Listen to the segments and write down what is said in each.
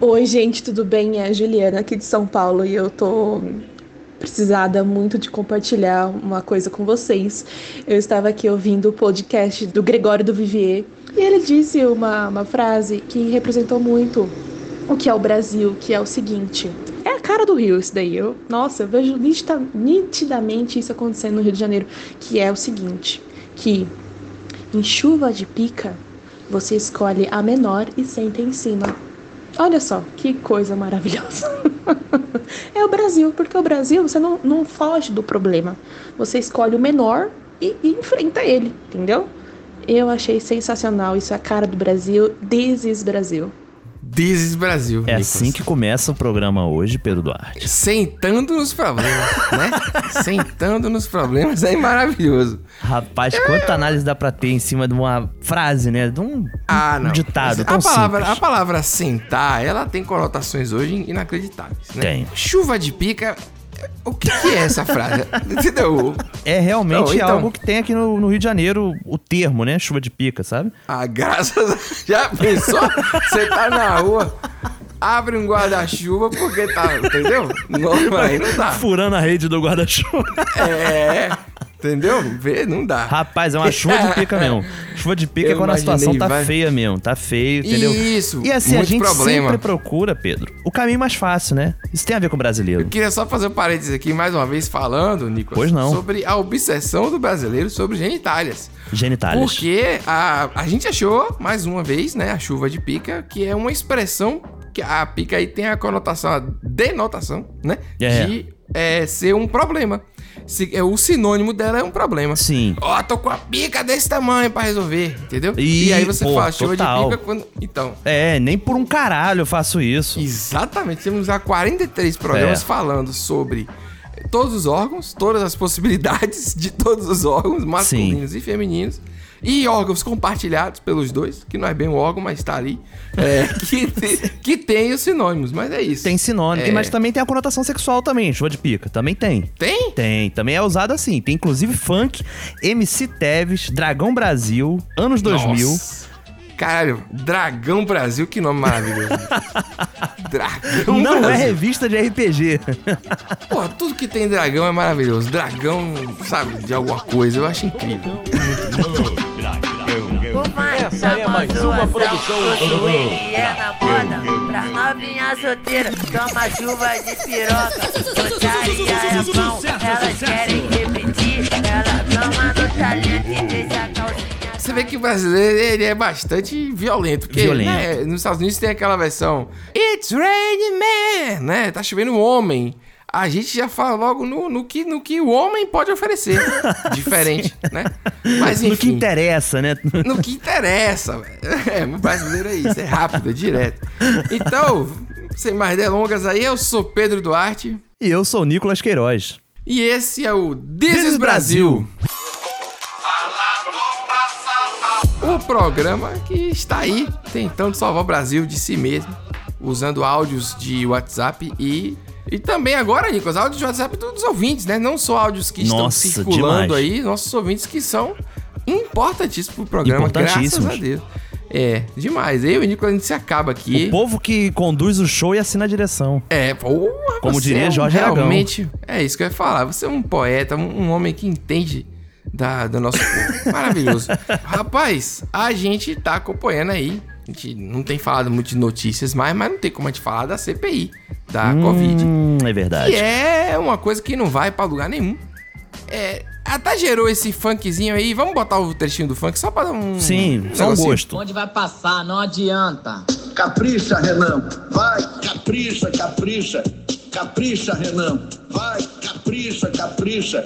Oi, gente, tudo bem? É a Juliana aqui de São Paulo e eu tô precisada muito de compartilhar uma coisa com vocês. Eu estava aqui ouvindo o podcast do Gregório do Vivier e ele disse uma, uma frase que representou muito o que é o Brasil, que é o seguinte. É a cara do Rio isso daí. Eu, nossa, eu vejo nitida- nitidamente isso acontecendo no Rio de Janeiro, que é o seguinte, que em chuva de pica, você escolhe a menor e senta em cima. Olha só, que coisa maravilhosa. é o Brasil, porque o Brasil você não, não foge do problema. Você escolhe o menor e, e enfrenta ele, entendeu? Eu achei sensacional. Isso é a cara do Brasil. This is Brasil. This is Brasil. É Nicolas. assim que começa o programa hoje, Pedro Duarte. Sentando nos problemas, né? Sentando nos problemas é maravilhoso. Rapaz, quanta análise dá pra ter em cima de uma frase, né? De um Ah, não. ditado tão a palavra, a simples. palavra sentar, ela tem conotações hoje inacreditáveis, né? Tem. Chuva de pica, o que, que é essa frase? Entendeu? É realmente Não, então- algo que tem aqui no, no Rio de Janeiro o termo, né? Chuva de pica, sabe? Ah, graças a... Já pensou? Você tá na rua, abre um guarda-chuva porque tá... Entendeu? Não, aí não dá. Furando a rede do guarda-chuva. É... Entendeu? Vê, não dá. Rapaz, é uma chuva de pica mesmo. Chuva de pica Eu é quando a imaginei, situação tá vai. feio mesmo, tá feio, entendeu? Isso, E assim, a muito gente problema. sempre procura, Pedro, o caminho mais fácil, né? Isso tem a ver com o brasileiro. Eu queria só fazer um parênteses aqui, mais uma vez, falando, Nicolas, Pois não. sobre a obsessão do brasileiro sobre genitálias. Genitálias. Porque a, a gente achou, mais uma vez, né, a chuva de pica, que é uma expressão que a pica aí tem a conotação, a denotação, né, É. de é, ser um problema. Se- é, o sinônimo dela é um problema. Sim. Ó, tô com a pica desse tamanho pra resolver, entendeu? Ih, e aí você pô, fala chuva total. de pica quando. Então. É, nem por um caralho eu faço isso. Exatamente, temos há 43 programas É. falando sobre todos os órgãos, todas as possibilidades de todos os órgãos, masculinos e femininos, e órgãos compartilhados pelos dois, que não é bem um órgão, mas tá ali, é, que, te- que tem os sinônimos, mas é isso. Tem sinônimo, É. mas tá- também tem a conotação sexual também, chuva de pica, também tem. Tem? Tem, também é usado assim. Tem inclusive funk, MC Teves, Dragão Brasil, anos 2000. Nossa. Caralho, Dragão Um Brasil, que nome maravilhoso. Dragão Não é Brasil. revista de RPG. Porra, tudo que tem dragão é maravilhoso. Dragão, sabe, de alguma coisa, eu acho incrível. Essa é mais uma produção do é na moda Pra novinha solteira Toma chuva de piroca Otária é bom Elas querem repetir Ela toma no talento E deixa a calcinha Você vê que o brasileiro ele é bastante violento, porque Violento. né, nos Estados Unidos tem aquela versão It's raining man, né? Tá chovendo um homem. A gente já fala logo no, no que, no que o homem pode oferecer. Diferente, né? Mas enfim. No que interessa, né? No que interessa, velho. É, o brasileiro é isso, é rápido, é direto. Então, sem mais delongas aí, eu sou Pedro Duarte E eu sou o Nicolas Queiroz. e esse é o This, This is is Brasil. O programa que está aí tentando salvar o Brasil de si mesmo, usando áudios de WhatsApp e. E também agora, Nicolas, áudios de WhatsApp dos ouvintes, né? Não só áudios que estão Nossa, circulando demais. aí, nossos ouvintes que são importantíssimos pro programa, graças Importantíssimos. a Deus. É, demais. Eu e o Nicolas, a gente se acaba aqui. O povo que conduz o show e assina a direção. É, porra, Como você diria é um- Jorge Aragão. Realmente, é isso que eu ia falar. Você é um poeta, um, um homem que entende da, do nosso povo. Maravilhoso. Rapaz, a gente tá acompanhando aí. A gente não tem falado muito de notícias mais, mas não tem como a gente falar da CPI, da Covid. Hum, é verdade. Que é uma coisa que não vai pra lugar nenhum. É, até gerou esse funkzinho aí. Vamos botar o trechinho do funk só pra dar um. Sim, só um negocinho. gosto. Onde vai passar, não adianta. Capricha, Renan. Vai, capricha, capricha. Capricha, Renan. Vai, capricha, capricha.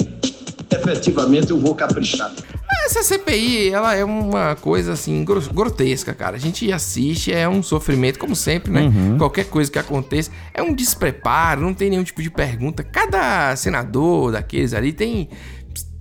Efetivamente, eu vou caprichar. Essa CPI, ela é uma coisa assim, gro- grotesca, cara. A gente assiste, é um sofrimento, como sempre, né? Uhum. Qualquer coisa que aconteça, é um despreparo, não tem nenhum tipo de pergunta. Cada senador daqueles ali tem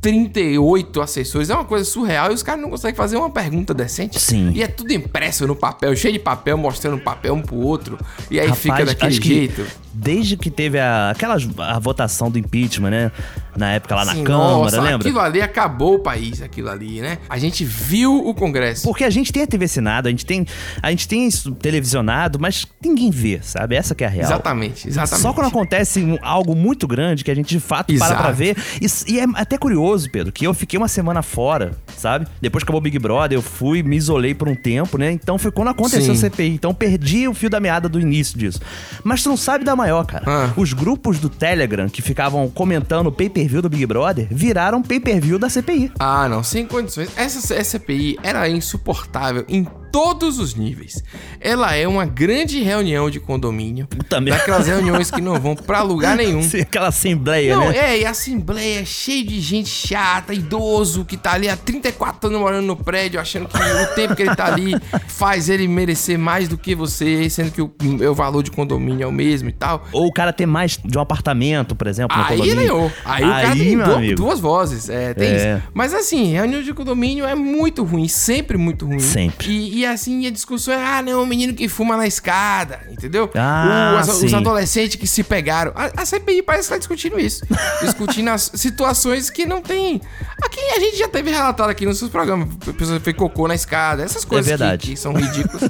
38 assessores, é uma coisa surreal e os caras não conseguem fazer uma pergunta decente. Sim. E é tudo impresso no papel, cheio de papel, mostrando um papel um pro outro. E aí Rapaz, fica daquele acho que jeito. Desde que teve a, aquela a votação do impeachment, né? na época lá na Sim, Câmara, nossa, lembra? Aquilo ali acabou o país, aquilo ali, né? A gente viu o Congresso. Porque a gente tem a TV assinada, a gente tem, a gente tem isso televisionado, mas ninguém vê, sabe? Essa que é a real. Exatamente, exatamente. Só quando acontece um- algo muito grande que a gente de fato para Exato. pra ver. E, s- e é até curioso, Pedro, que eu fiquei uma semana fora, sabe? Depois que acabou o Big Brother, eu fui, me isolei por um tempo, né? Então foi quando aconteceu o Sim. CPI. Então perdi o fio da meada do início disso. Mas tu não sabe da maior, cara. Ah. Os grupos do Telegram que ficavam comentando o pay-per-view do Big Brother viraram pay-per-view da CPI. Ah, não, sem condições. Essa CPI era insuportável em todos os níveis. Ela é uma grande reunião de condomínio. merda. Daquelas reuniões que não vão pra lugar nenhum. Aquela assembleia, Não, né? é, e a assembleia cheia de gente chata, idoso, que tá ali há 34 anos morando no prédio, achando que o tempo que ele tá ali faz ele merecer mais do que você, sendo que o, o valor de condomínio é o mesmo e tal. Ou o cara ter mais de um apartamento, por exemplo, no Aí condomínio. ganhou. Aí, o cara tem meu du- amigo, duas vozes. É, tem É. isso. Mas assim, reunião de condomínio é muito ruim, sempre muito ruim. Sempre. E, e, assim, a discussão é, ah, não, o menino que fuma na escada, entendeu? Ah, O- as- Os sim. adolescentes que se pegaram. A, a CPI parece que tá discutindo isso. discutindo as situações que não tem. Aqui a gente já teve relatado aqui nos seus programas. A pessoa fez cocô na escada, essas coisas que- É verdade. que, são ridículas,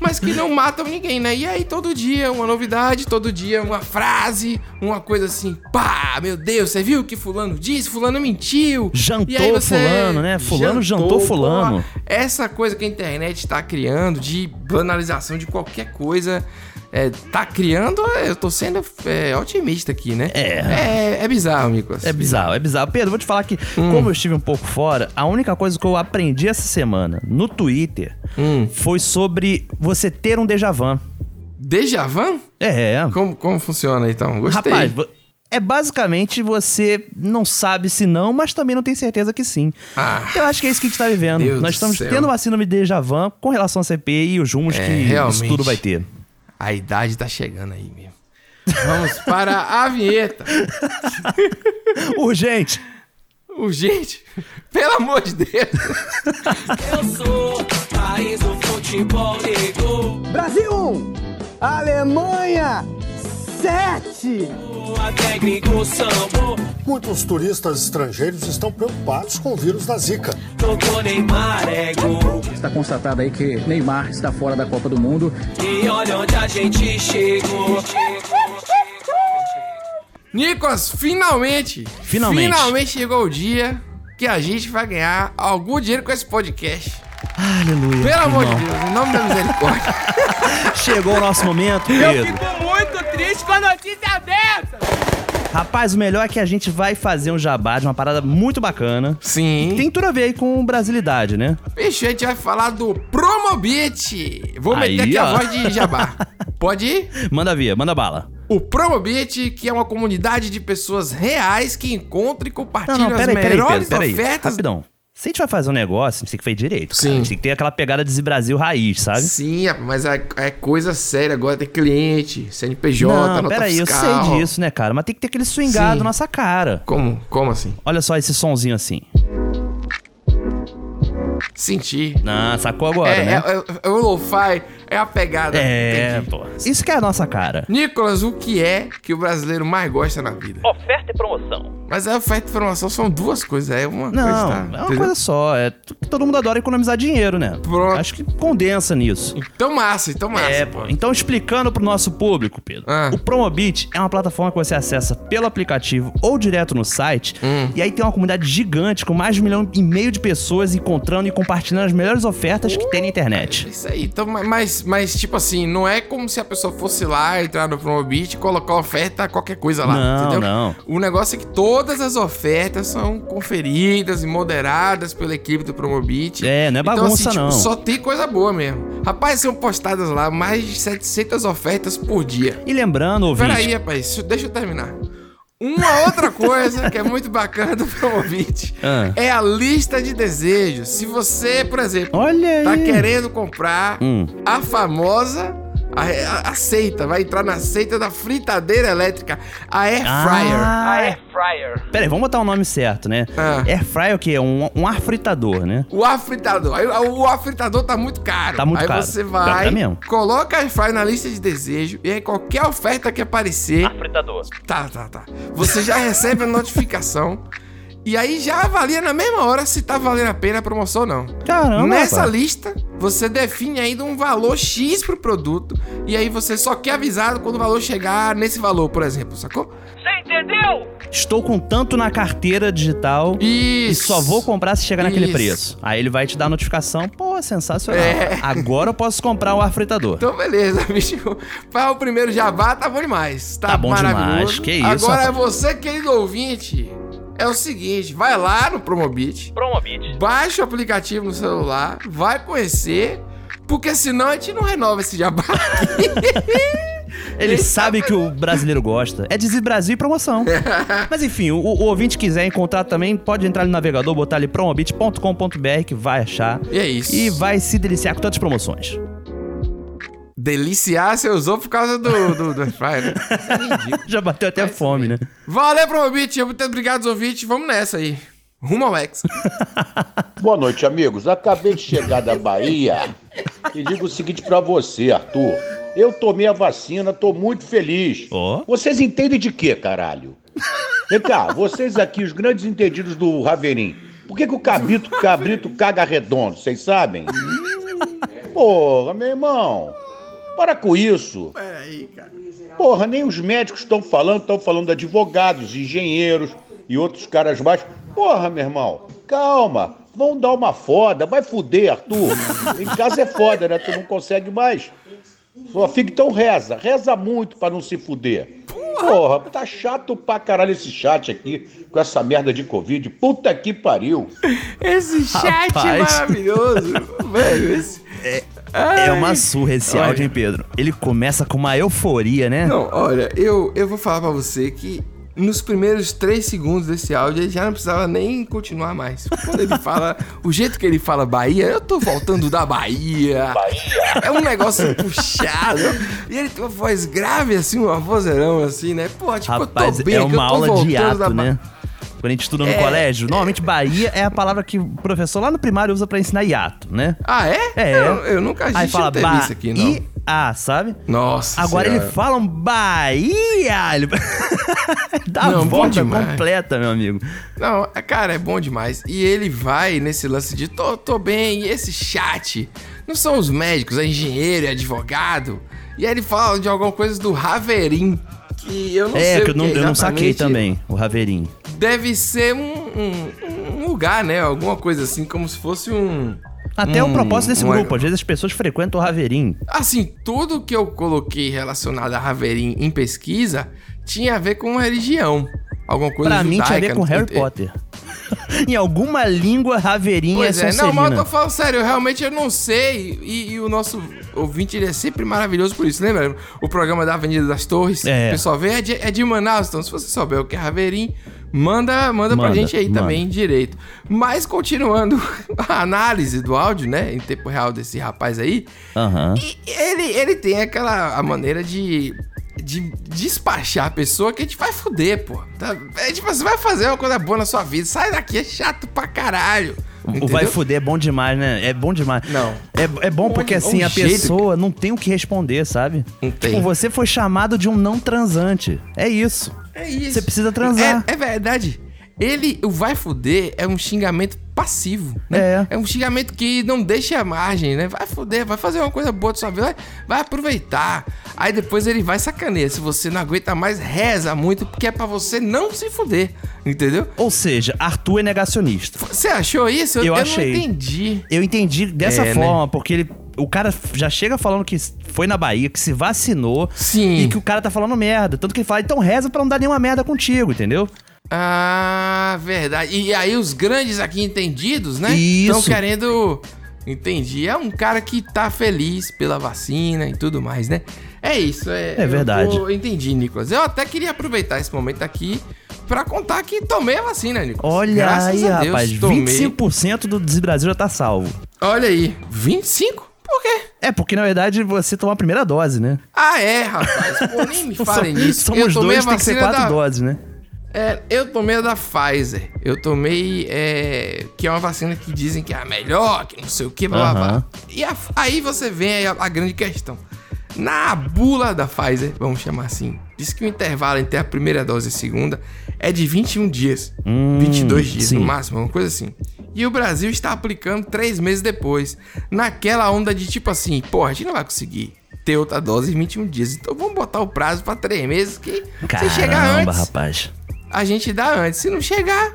mas que não matam ninguém, né? E aí todo dia uma novidade, todo dia uma frase, uma coisa assim, pá, meu Deus, você viu o que fulano disse? Fulano mentiu. Jantou E aí você fulano, né? Fulano jantou fulano. pô. Essa coisa que a internet tá criando de banalização de qualquer coisa. é, tá criando, eu tô sendo é, otimista aqui, né? É. É, é bizarro, Nicolas. Hum. É bizarro, é bizarro. Pedro, vou te falar que, como eu estive um pouco fora, a única coisa que eu aprendi essa semana no Twitter Hum. foi sobre você ter um déjà vu. Deja van? É. Como, como funciona então? Gostei. Rapaz, vo- é basicamente você não sabe se não, mas também não tem certeza que sim. Ah. eu acho que é isso que a gente tá vivendo. Deus Nós do estamos céu. tendo uma síndrome de déjà vu com relação à CPI e os rumos É, que isso realmente. tudo vai ter. A idade tá chegando aí mesmo. Vamos para a vinheta. Urgente! Urgente, pelo amor de Deus. Brasil 1, Alemanha 7. Muitos turistas estrangeiros estão preocupados com o vírus da Zika. Está constatado aí que Neymar está fora da Copa do Mundo. E olha onde a gente chegou. Nicolas, finalmente, Finalmente. finalmente chegou o dia que a gente vai ganhar algum dinheiro com esse podcast. Aleluia. Pelo amor de irmão. Deus, em nome da misericórdia. Chegou o nosso momento, Pedro. muito triste com a notícia dessa. Rapaz, o melhor é que a gente vai fazer um jabá de uma parada muito bacana. Sim. Tem tudo a ver aí com brasilidade, né? Bicho, a gente vai falar do Promobit. Vou Aí, meter aqui ó. a voz de Jabá. Pode ir? Manda via, manda bala. O Promobit, que é uma comunidade de pessoas reais que encontram e compartilham as Pedro, melhores ofertas Rapidão. Se a gente vai fazer um negócio, a gente tem que fazer direito, cara. Sim. A gente tem que ter aquela pegada de Brasil raiz, sabe? Sim, rapaz, mas é, é coisa séria. Agora tem cliente, CNPJ, Não, nota peraí, eu sei fiscal. disso, né, cara? Mas tem que ter aquele swingado Sim. na nossa cara. Como? Como assim? Olha só esse sonzinho assim. Sentir. Ah, sacou agora, é, né? é, é, é o lo-fi, é a pegada. É, Entendi. pô. Isso que é a nossa cara. Nicolas, o que é que o brasileiro mais gosta na vida? Oferta e promoção. Mas a oferta e informação são duas coisas, é uma coisa. Não, tá? é uma Entendeu? coisa só. É t- que todo mundo adora economizar dinheiro, né? Pronto. Acho que condensa nisso. Então massa, então massa. É, pô. Então, explicando pro nosso público, Pedro. Ah. O Promobit é uma plataforma que você acessa pelo aplicativo ou direto no site. Hum. E aí tem uma comunidade gigante com mais de um milhão e meio de pessoas encontrando e compartilhando as melhores ofertas que tem na internet. Isso aí, então, ma- mas, mas tipo assim, não é como se a pessoa fosse lá, entrar no Promobit e colocar oferta, qualquer coisa lá, Não, entendeu? não. O negócio é que todas as ofertas são conferidas e moderadas pela equipe do Promobit. É, não é bagunça, não. assim, tipo, só tem coisa boa mesmo. Rapaz, são postadas lá mais de 700 ofertas por dia. E lembrando, ouvinte, Peraí, rapaz, isso- deixa eu terminar. Uma outra coisa que é muito bacana do Promobit Ah. é a lista de desejos. Se você, por exemplo, olha aí. tá querendo comprar Hum. a famosa A, a- a seita, vai entrar na seita da fritadeira elétrica, a Air Fryer. Ah, Air é. Fryer. Peraí, vamos botar o nome certo, né? Ah. Air fryer o quê? Um, um ar fritador, né? O ar fritador. Aí, o ar fritador tá muito caro. Tá muito aí caro. você Tá- vai, tá mesmo. coloca a Air Fryer na lista de desejo e aí qualquer oferta que aparecer, Ar fritador. Tá, tá, tá. Você já recebe a notificação e aí já avalia na mesma hora se tá valendo a pena a promoção ou não. Caramba, Nessa rapaz. lista, você define ainda um valor X pro produto e aí você só quer avisado quando o valor chegar nesse valor, por exemplo, sacou? Você entendeu? Estou com tanto na carteira digital e Isso. só vou comprar se chegar naquele Isso. preço. Aí ele vai te dar a notificação. Pô, sensacional. É. Agora eu posso comprar o ar fritador. Então, beleza, bicho. Para é o primeiro jabá, tá bom demais. Tá, Tá bom maravilhoso. demais, que isso, Agora, rapaz. você, querido ouvinte, é o seguinte: vai lá no Promobit, Promobit. baixa o aplicativo no celular, vai conhecer, porque senão a gente não renova esse jabá. Ele sabe que o brasileiro gosta. É dizer Brasil e promoção. Mas enfim, o, o ouvinte quiser encontrar também, pode entrar ali no navegador, botar ali promobit.com.br que vai achar. e é isso. E vai se deliciar com tantas promoções. Deliciar seus ovos por causa do, do, do air fryer, né? É ridículo. Já bateu até fome, né? Valeu, Promobit. Muito obrigado aos ouvintes. Vamos nessa aí. Rumo ao Ex. Boa noite, amigos. Acabei de chegar da Bahia e digo o seguinte pra você, Arthur. Eu tomei a vacina, tô muito feliz. Ó. Vocês entendem de quê, caralho? Vem cá, vocês aqui, os grandes entendidos do Raverim, por que, que o cabrito, cabrito caga redondo, vocês sabem? Porra, meu irmão, para com isso. Peraí, cara. Porra, nem os médicos estão falando, estão falando advogados, engenheiros e outros caras mais. Porra, meu irmão, calma, vão dar uma foda, vai fuder, Arthur. Em casa é foda, né? Tu não consegue mais. Só fica então reza, reza muito pra não se fuder. Porra, tá chato pra caralho esse chat aqui com essa merda de Covid. Puta que pariu. Esse chat Rapaz. maravilhoso. Velho, esse... É Uh, Ai. uma surra esse Olha. áudio, hein, Pedro? Ele começa com uma euforia, né? Não, olha, eu, eu vou falar pra você que nos primeiros três segundos desse áudio ele já não precisava nem continuar mais. Quando ele fala, o jeito que ele fala Bahia, eu tô voltando da Bahia. Bahia. É um negócio puxado. E ele tem uma voz grave assim, uma vozeirão assim, né? Pô, tipo, eu Rapaz, tô bem, é que eu tô uma aula voltando É, de da ato, Ba- né? Quando a gente estuda no colégio, normalmente Bahia é a palavra que o professor lá no primário usa pra ensinar hiato, né? Ah, é? É. Eu, eu nunca a Aí gente fala não teve isso aqui, não. Bahia, sabe? Nossa. Agora ele Senhora. fala um Bahia! Ele dá Não, a bom volta demais. completa, meu amigo. Não, é- cara, é bom demais. E ele vai nesse lance de tô, tô bem, e esse chat. Não são os médicos, é engenheiro, é advogado. E aí ele fala de alguma coisa do Raverim. Que eu não sei. é, o que eu não, é eu não saquei exatamente. também, o Raveirinho. Deve ser um, um- um lugar, né? Alguma coisa assim, como se fosse um. Até Hum, o propósito desse um- grupo, às vezes as pessoas frequentam o Raveirinho. Assim, tudo que eu coloquei relacionado a Raverim em pesquisa tinha a ver com religião. Alguma coisa Pra mim tinha a ver judaica, com Harry eh, Potter. em alguma língua Raveirinho é Pois é, Sonserina. não, mas eu tô falando sério, eu realmente eu não sei. E, e o nosso ouvinte, ele é sempre maravilhoso por isso. Lembra o programa da Avenida das Torres? É. O pessoal vê, é de, é de Manaus. Então, se você souber o que é Raverim, manda, manda, pra Manda, gente aí manda. também direito. Mas, continuando a análise do áudio, né, em tempo real desse rapaz aí, Aham. e ele, ele tem aquela a maneira de, de despachar a pessoa que a gente vai fuder, pô. Tá? É tipo, você vai fazer uma coisa boa na sua vida, sai daqui, é chato pra caralho. O vai entendeu? fuder é bom demais, né? É bom demais. Não. É, é bom porque é um assim a jeito que- pessoa não tem o que responder, sabe? Não tem. Tipo, você foi chamado de um não transante. É isso. É isso. Você precisa transar. É, é verdade. Ele, o vai fuder, é um xingamento passivo, né? É. um xingamento que não deixa margem, né? Vai fuder, vai fazer uma coisa boa da sua vida, vai, vai aproveitar. Aí depois ele vai sacanear. Se você não aguenta mais, reza muito, porque é pra você não se fuder, entendeu? Ou seja, Arthur é negacionista. Você achou isso? Eu achei. não entendi. Eu entendi dessa É, né? forma, porque ele. O cara já chega falando que foi na Bahia, que se vacinou Sim. e que o cara tá falando merda. Tanto que ele fala, então reza pra não dar nenhuma merda contigo, entendeu? Ah, verdade. E aí os grandes aqui entendidos, né? Estão Isso. querendo. Entendi. É um cara que tá feliz pela vacina e tudo mais, né? É isso. É, É eu verdade. tô- entendi, Nicolas. Eu até queria aproveitar esse momento aqui pra contar que tomei a vacina, Nicolas. Olha Graças aí, a Deus, rapaz. tomei. 25% do Desbrasil já tá salvo. Olha aí. 25? Por quê? É porque, na verdade, você tomou a primeira dose, né? Ah, é, rapaz. Pô, nem me falem São- nisso. Somos eu tomei dois, a tem que ser vacina quatro da... doses, né? É, eu tomei a da Pfizer. Eu tomei. é, que é uma vacina que dizem que é a melhor, que não sei o que, blá blá blá. Aham. E a- aí você vem a, a grande questão. Na bula da Pfizer, vamos chamar assim, diz que o intervalo entre a primeira dose e a segunda é de 21 dias. 22 dias Hum, sim. no máximo, uma coisa assim. E o Brasil está aplicando três meses depois. Naquela onda de tipo assim, pô, a gente não vai conseguir ter outra dose em 21 dias. Então vamos botar o prazo para três meses que Caramba, se chegar antes rapaz. a gente dá antes. Se não chegar,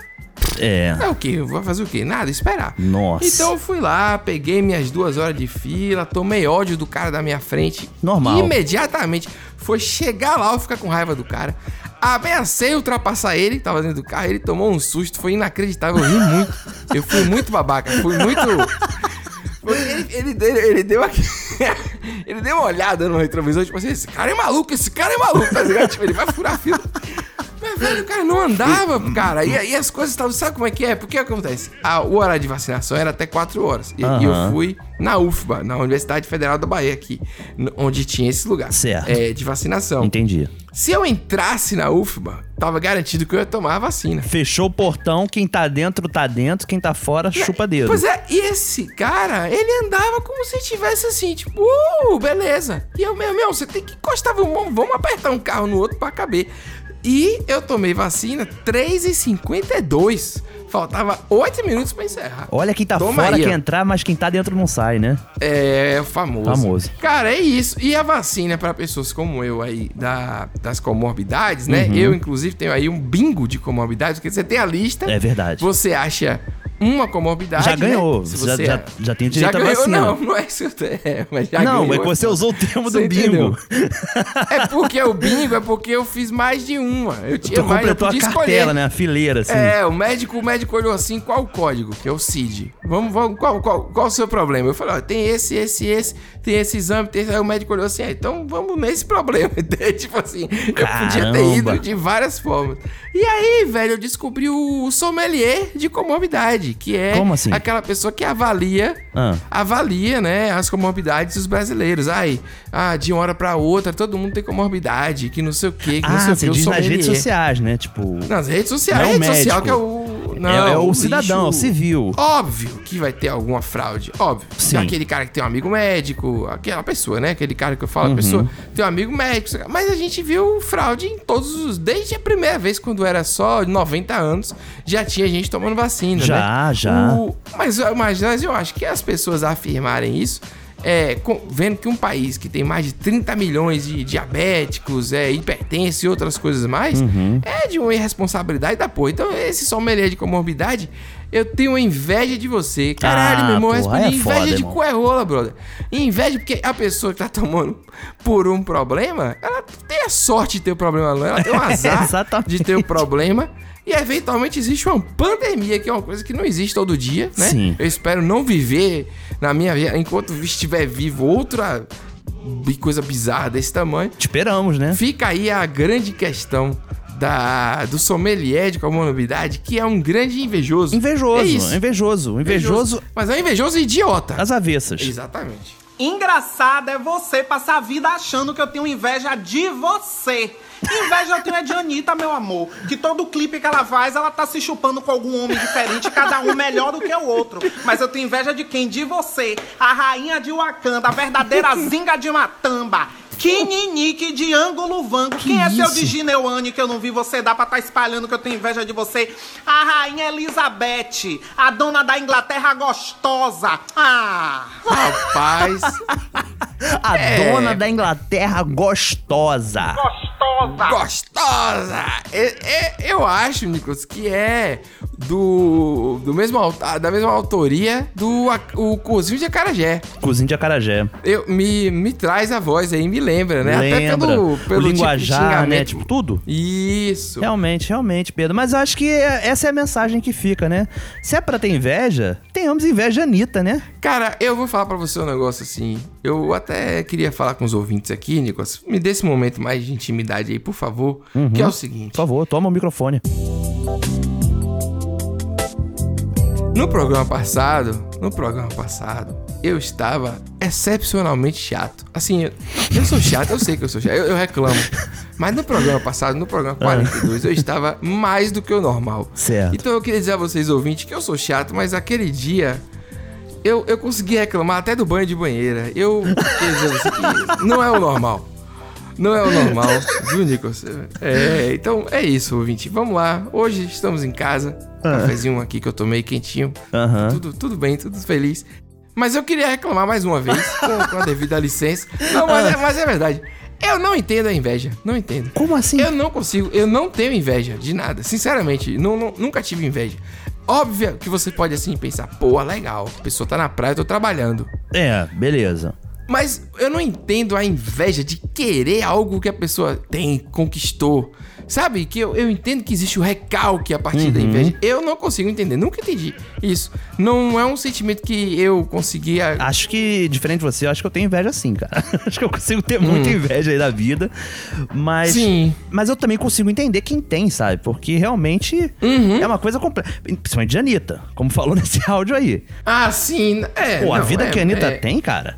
É. é o quê? Vai fazer o quê? Nada, esperar. Nossa. Então eu fui lá, peguei minhas duas horas de fila, tomei ódio do cara da minha frente. Normal. Imediatamente. Foi chegar lá, eu ficar com raiva do cara. Ameacei ultrapassar ele, que tava dentro do carro, ele tomou um susto, foi inacreditável, eu ri muito. Eu fui muito babaca, fui muito. Foi- Ele, ele, deu- ele deu aqui. ele deu uma olhada no retrovisor, tipo assim, esse cara é maluco, esse cara é maluco, tá ligado? Tipo, ele vai furar a fila. Mas, velho, o cara não andava, cara. E, e as coisas estavam. Sabe como é que é? Porque o que acontece? A, o horário de vacinação era até 4 horas. E, e eu Aham. fui na UFBA, na Universidade Federal da Bahia, aqui, n- onde tinha esse lugar Certo. é, de vacinação. Entendi. Se eu entrasse na UFBA, tava garantido que eu ia tomar a vacina. Fechou o portão, quem tá dentro tá dentro, quem tá fora chupa dedo. Pois é, e esse cara, ele andava como se tivesse assim, tipo, uh, beleza. E eu, meu, meu, você tem que encostar, vamos, vamos apertar um carro no outro pra caber. E eu tomei vacina 3h52. Faltava 8 minutos pra encerrar. Olha quem tá Toma fora aí, quer ó. entrar, mas quem tá dentro não sai, né? É, famoso. Famoso. Cara, é isso. E a vacina pra pessoas como eu aí, da, das comorbidades, né? Uhum. Eu, inclusive, tenho aí um bingo de comorbidades, porque você tem a lista. É verdade. Você acha uma comorbidade. Já né? ganhou, Se já- já- já tem direito já à ganhou, vacina. Não, não é isso. É, mas já não, ganhou. então. é que você usou o termo do Você entendeu? bingo. É porque o bingo é porque eu fiz mais de uma. Eu Tu tinha mais, eu completou a podia cartela, escolher. né? A fileira, assim. É, o médico, o médico olhou assim, qual o código? Que é o CID. Vamos, vamos, qual, qual, qual o seu problema? Eu falei, ó, tem esse, esse, esse, tem esse exame, tem esse. Aí o médico olhou assim, ah, então vamos nesse problema. Entende? tipo assim, eu podia ter Caramba. ido de várias formas. E aí, velho, eu descobri o sommelier de comorbidade, que é Como assim? aquela pessoa que avalia, Ah. avalia, né, as comorbidades dos brasileiros. Aí, ah, de uma hora pra outra, todo mundo tem comorbidade, que não sei o quê, que não Ah, sei o quê. você o diz nas redes sommelier. sociais, né? Tipo. Nas redes sociais. Não a rede médico. social que é o. Não, é, é o lixo. cidadão, é o civil. Óbvio que vai ter alguma fraude. Óbvio. Sim. Tem aquele cara que tem um amigo médico, aquela pessoa, né? Aquele cara que eu falo, Uhum. a pessoa tem um amigo médico. Mas a gente viu fraude em todos os. Desde a primeira vez, quando era só 90 anos, já tinha gente tomando vacina. Já, né? já. O- mas, mas, mas eu acho que as pessoas afirmarem isso. É, com- vendo que um país que tem mais de 30 milhões de diabéticos, é, hipertenso e outras coisas mais, Uhum. é de uma irresponsabilidade da porra. Então, esse sommelier de comorbidade, eu tenho inveja de você. Caralho, Ah, meu irmão, eu porra, respondi aí é inveja foda, de irmão. coerrola, brother. Inveja porque a pessoa que tá tomando por um problema, ela tem a sorte de ter o problema, não. Ela tem um azar Exatamente. de ter o problema. E eventualmente existe uma pandemia, que é uma coisa que não existe todo dia, né? Sim. Eu espero não viver na minha vida, enquanto estiver vivo, outra bi- coisa bizarra desse tamanho. Te Esperamos, né? Fica aí a grande questão da, do sommelier de comorbidade, que é um grande invejoso. Invejoso, É isso. invejoso, invejoso Mas é um invejoso idiota. às avessas. Exatamente. Engraçado é você passar a vida achando que eu tenho inveja de você. Inveja eu tenho é de Anitta, meu amor. Que todo clipe que ela faz, ela tá se chupando com algum homem diferente, cada um melhor do que o outro. Mas eu tenho inveja de quem? De você. A rainha de Wakanda, a verdadeira zinga de Matamba. Que ninique de ângulo vango. Quem é seu isso? de Ginewane que eu não vi você dar pra tá espalhando que eu tenho inveja de você? A rainha Elizabeth, a dona da Inglaterra gostosa. Ah! Rapaz, A É. dona da Inglaterra gostosa. gostosa! É- é- eu acho, Nicolas, que é do, do mesmo, auta- da mesma autoria do a- o Cozinho de Acarajé. Cozinho de acarajé. Eu, me, me traz a voz aí, me lembra, né? Lembra? o tipo de linguajar, né? xingamento. Tipo, tudo. Isso. Realmente, realmente, Pedro. Mas eu acho que é- essa é a mensagem que fica, né? Se é pra ter inveja, tenhamos inveja de Anitta, né? Cara, eu vou falar pra você um negócio assim. Eu até queria falar com os ouvintes aqui, Nicolas. Me dê esse momento mais de intimidade aí, por favor. Que é o seguinte. Uhum. Por favor, toma o microfone. No programa passado, no programa passado, eu estava excepcionalmente chato. Assim, eu, eu sou chato, eu sei que eu sou chato, eu, eu reclamo. Mas no programa passado, no programa 42, eu estava mais do que o normal. Ah. Certo. Então eu queria dizer a vocês, ouvintes, que eu sou chato, mas aquele dia eu, eu consegui reclamar até do banho de banheira. Eu queria dizer a você que não é o normal. Não é o normal, viu, Nicolas? É, então é isso, ouvinte. Vamos lá. Hoje estamos em casa. Ah. Cafezinho aqui que eu tomei quentinho. Aham. Tudo, tudo bem, tudo feliz. Mas eu queria reclamar mais uma vez, com, com a devida licença. Não, mas, é, mas é verdade. Eu não entendo a inveja. Não entendo. Como assim? Eu não consigo. Eu não tenho inveja de nada. Sinceramente, não- não- nunca tive inveja. Óbvio que você pode assim pensar, pô, legal, a pessoa tá na praia, eu tô trabalhando. É, beleza. Mas eu não entendo a inveja de querer algo que a pessoa tem, conquistou. Sabe? Que eu, eu entendo que existe o recalque a partir da Uhum. inveja. Eu não consigo entender, nunca entendi isso. Não é um sentimento que eu conseguia. Acho que, diferente de você, eu acho que eu tenho inveja sim, cara. Acho que eu consigo ter muita inveja aí da vida. Mas. Hum. Sim. Mas eu também consigo entender quem tem, sabe? Porque realmente Uhum. é uma coisa completa. Principalmente de Anitta, como falou nesse áudio aí. Ah, sim. É, Pô, a não, vida é- que a Anitta é- tem, cara.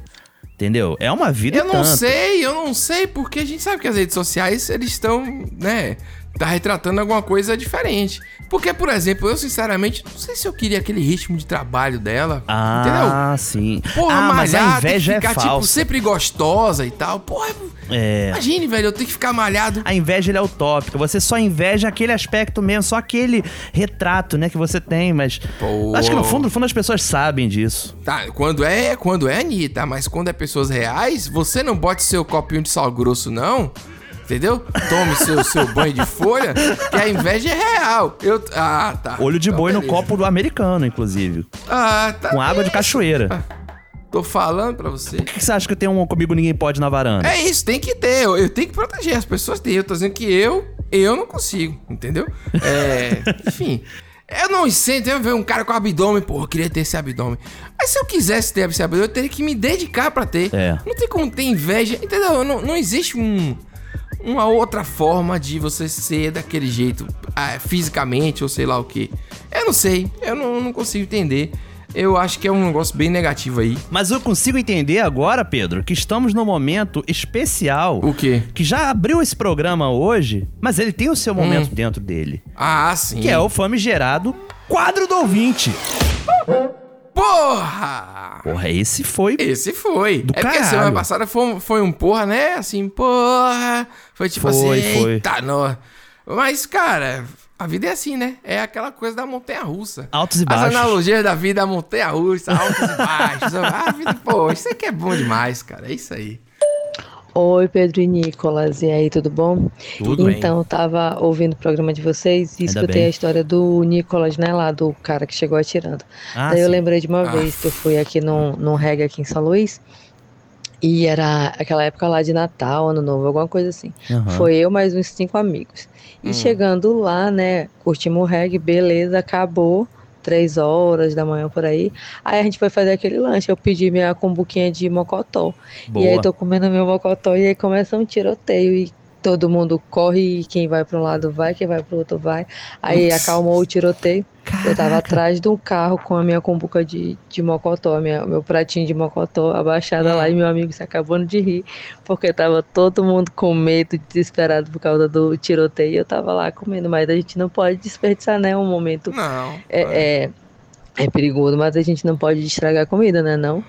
Entendeu? É uma vida Eu e não tanto. sei, eu não sei, porque a gente sabe que as redes sociais, eles estão, né, tá retratando alguma coisa diferente. Porque, por exemplo, eu sinceramente não sei se eu queria aquele ritmo de trabalho dela, entendeu? Ah, sim. Porra, ah, mas a malhar, inveja tem que é ficar, tipo, falsa. sempre gostosa e tal. Porra, É. imagine, velho, eu tenho que ficar malhado. A inveja ele é utópica. Você só inveja aquele aspecto mesmo, só aquele retrato, né, que você tem, mas. Acho que no fundo, no fundo as pessoas sabem disso. Tá, quando é, quando é Anitta, mas quando é pessoas reais, você não bote seu copinho de sal grosso, não. Entendeu? Tome seu, seu banho de folha, que a inveja é real. Eu, ah, tá. Olho de Então, boi no beleza. copo do americano, inclusive. Ah, tá. Ah, Com água de cachoeira. Tô falando pra você. O que que você acha que tem um comigo ninguém pode na varanda? É isso, tem que ter. Eu, eu tenho que proteger as pessoas. Tem. Eu tô dizendo que eu, eu não consigo, entendeu? É, enfim. Eu não sinto, eu ver um cara com abdômen, pô, eu queria ter esse abdômen. Mas se eu quisesse ter esse abdômen, eu teria que me dedicar pra ter. É. Não tem como ter inveja, entendeu? Não, não existe um, uma outra forma de você ser daquele jeito, ah, fisicamente ou sei lá o que. Eu não sei, eu não, não consigo entender. Eu acho que é um negócio bem negativo aí. Mas eu consigo entender agora, Pedro, que estamos num momento especial. O quê? Que já abriu esse programa hoje, mas ele tem o seu Hum. momento dentro dele. Ah, sim. Que é o famigerado quadro do ouvinte. Porra! Porra, esse foi. Esse foi. Do é porque a caralho. semana passada foi, foi um porra, né? Assim, porra. Foi tipo Foi, assim, foi. eita, nó. Mas, cara, a vida é assim, né? É aquela coisa da montanha-russa. Altos e As baixos. analogias da vida, a montanha-russa, altos e baixos. A vida, pô, isso aqui é bom demais, cara. É isso aí. Oi, Pedro e Nicolas, e aí, tudo bom? Tudo bem. então, eu tava ouvindo o programa de vocês e Ainda escutei bem. a história do Nicolas, né, lá do cara que chegou atirando. Ah, Daí eu sim. lembrei de uma Ah. vez que eu fui aqui num, num reggae aqui em São Luís e era aquela época lá de Natal, Ano Novo, alguma coisa assim. Aham. Foi eu mais uns cinco amigos. E Hum. chegando lá, né, curtimos o reggae, beleza, acabou. Três horas da manhã por aí. Aí a gente foi fazer aquele lanche. Eu pedi minha combuquinha de mocotó. E aí Boa. tô comendo meu mocotó e aí começa um tiroteio e todo mundo corre e quem vai para um lado vai, quem vai para o outro vai. Aí Ups. acalmou o tiroteio. Eu tava atrás de um carro com a minha cumbuca de, de mocotó, minha, meu pratinho de mocotó abaixada lá e meu amigo se acabando de rir porque tava todo mundo com medo, desesperado por causa do tiroteio. e Eu tava lá comendo, mas a gente não pode desperdiçar, né? Um momento Não. é, é, é perigoso, mas a gente não pode estragar a comida, né? Não?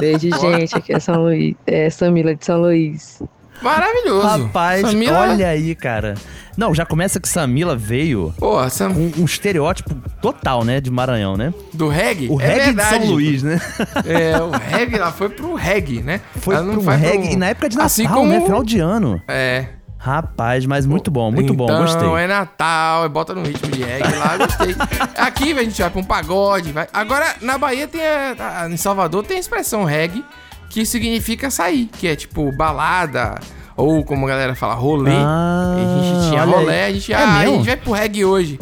Beijo, gente. Aqui é São Luís. É Samila de São Luís. Maravilhoso. Rapaz, Samila- olha aí, cara. Não, já começa que Samila veio Pô, Sam... com um estereótipo total, né, de Maranhão, né? Do reggae? O É reggae de verdade. São Luís, né? É, o reggae, ela foi pro reggae, né? Foi ela não pro vai pro- reggae, e na época de Natal, assim como... né? Final de ano. É. Rapaz, mas muito bom, muito bom, então, gostei. é Natal, é bota no ritmo de reggae lá, gostei. Aqui a gente vai pra um pagode, vai. Agora, na Bahia tem a, a- Em Salvador tem a expressão reggae, que significa sair, que é tipo balada, ou como a galera fala, rolê. Ah, a gente tinha olha rolê, aí. a gente, É ah, a mesmo? gente vai pro reggae hoje.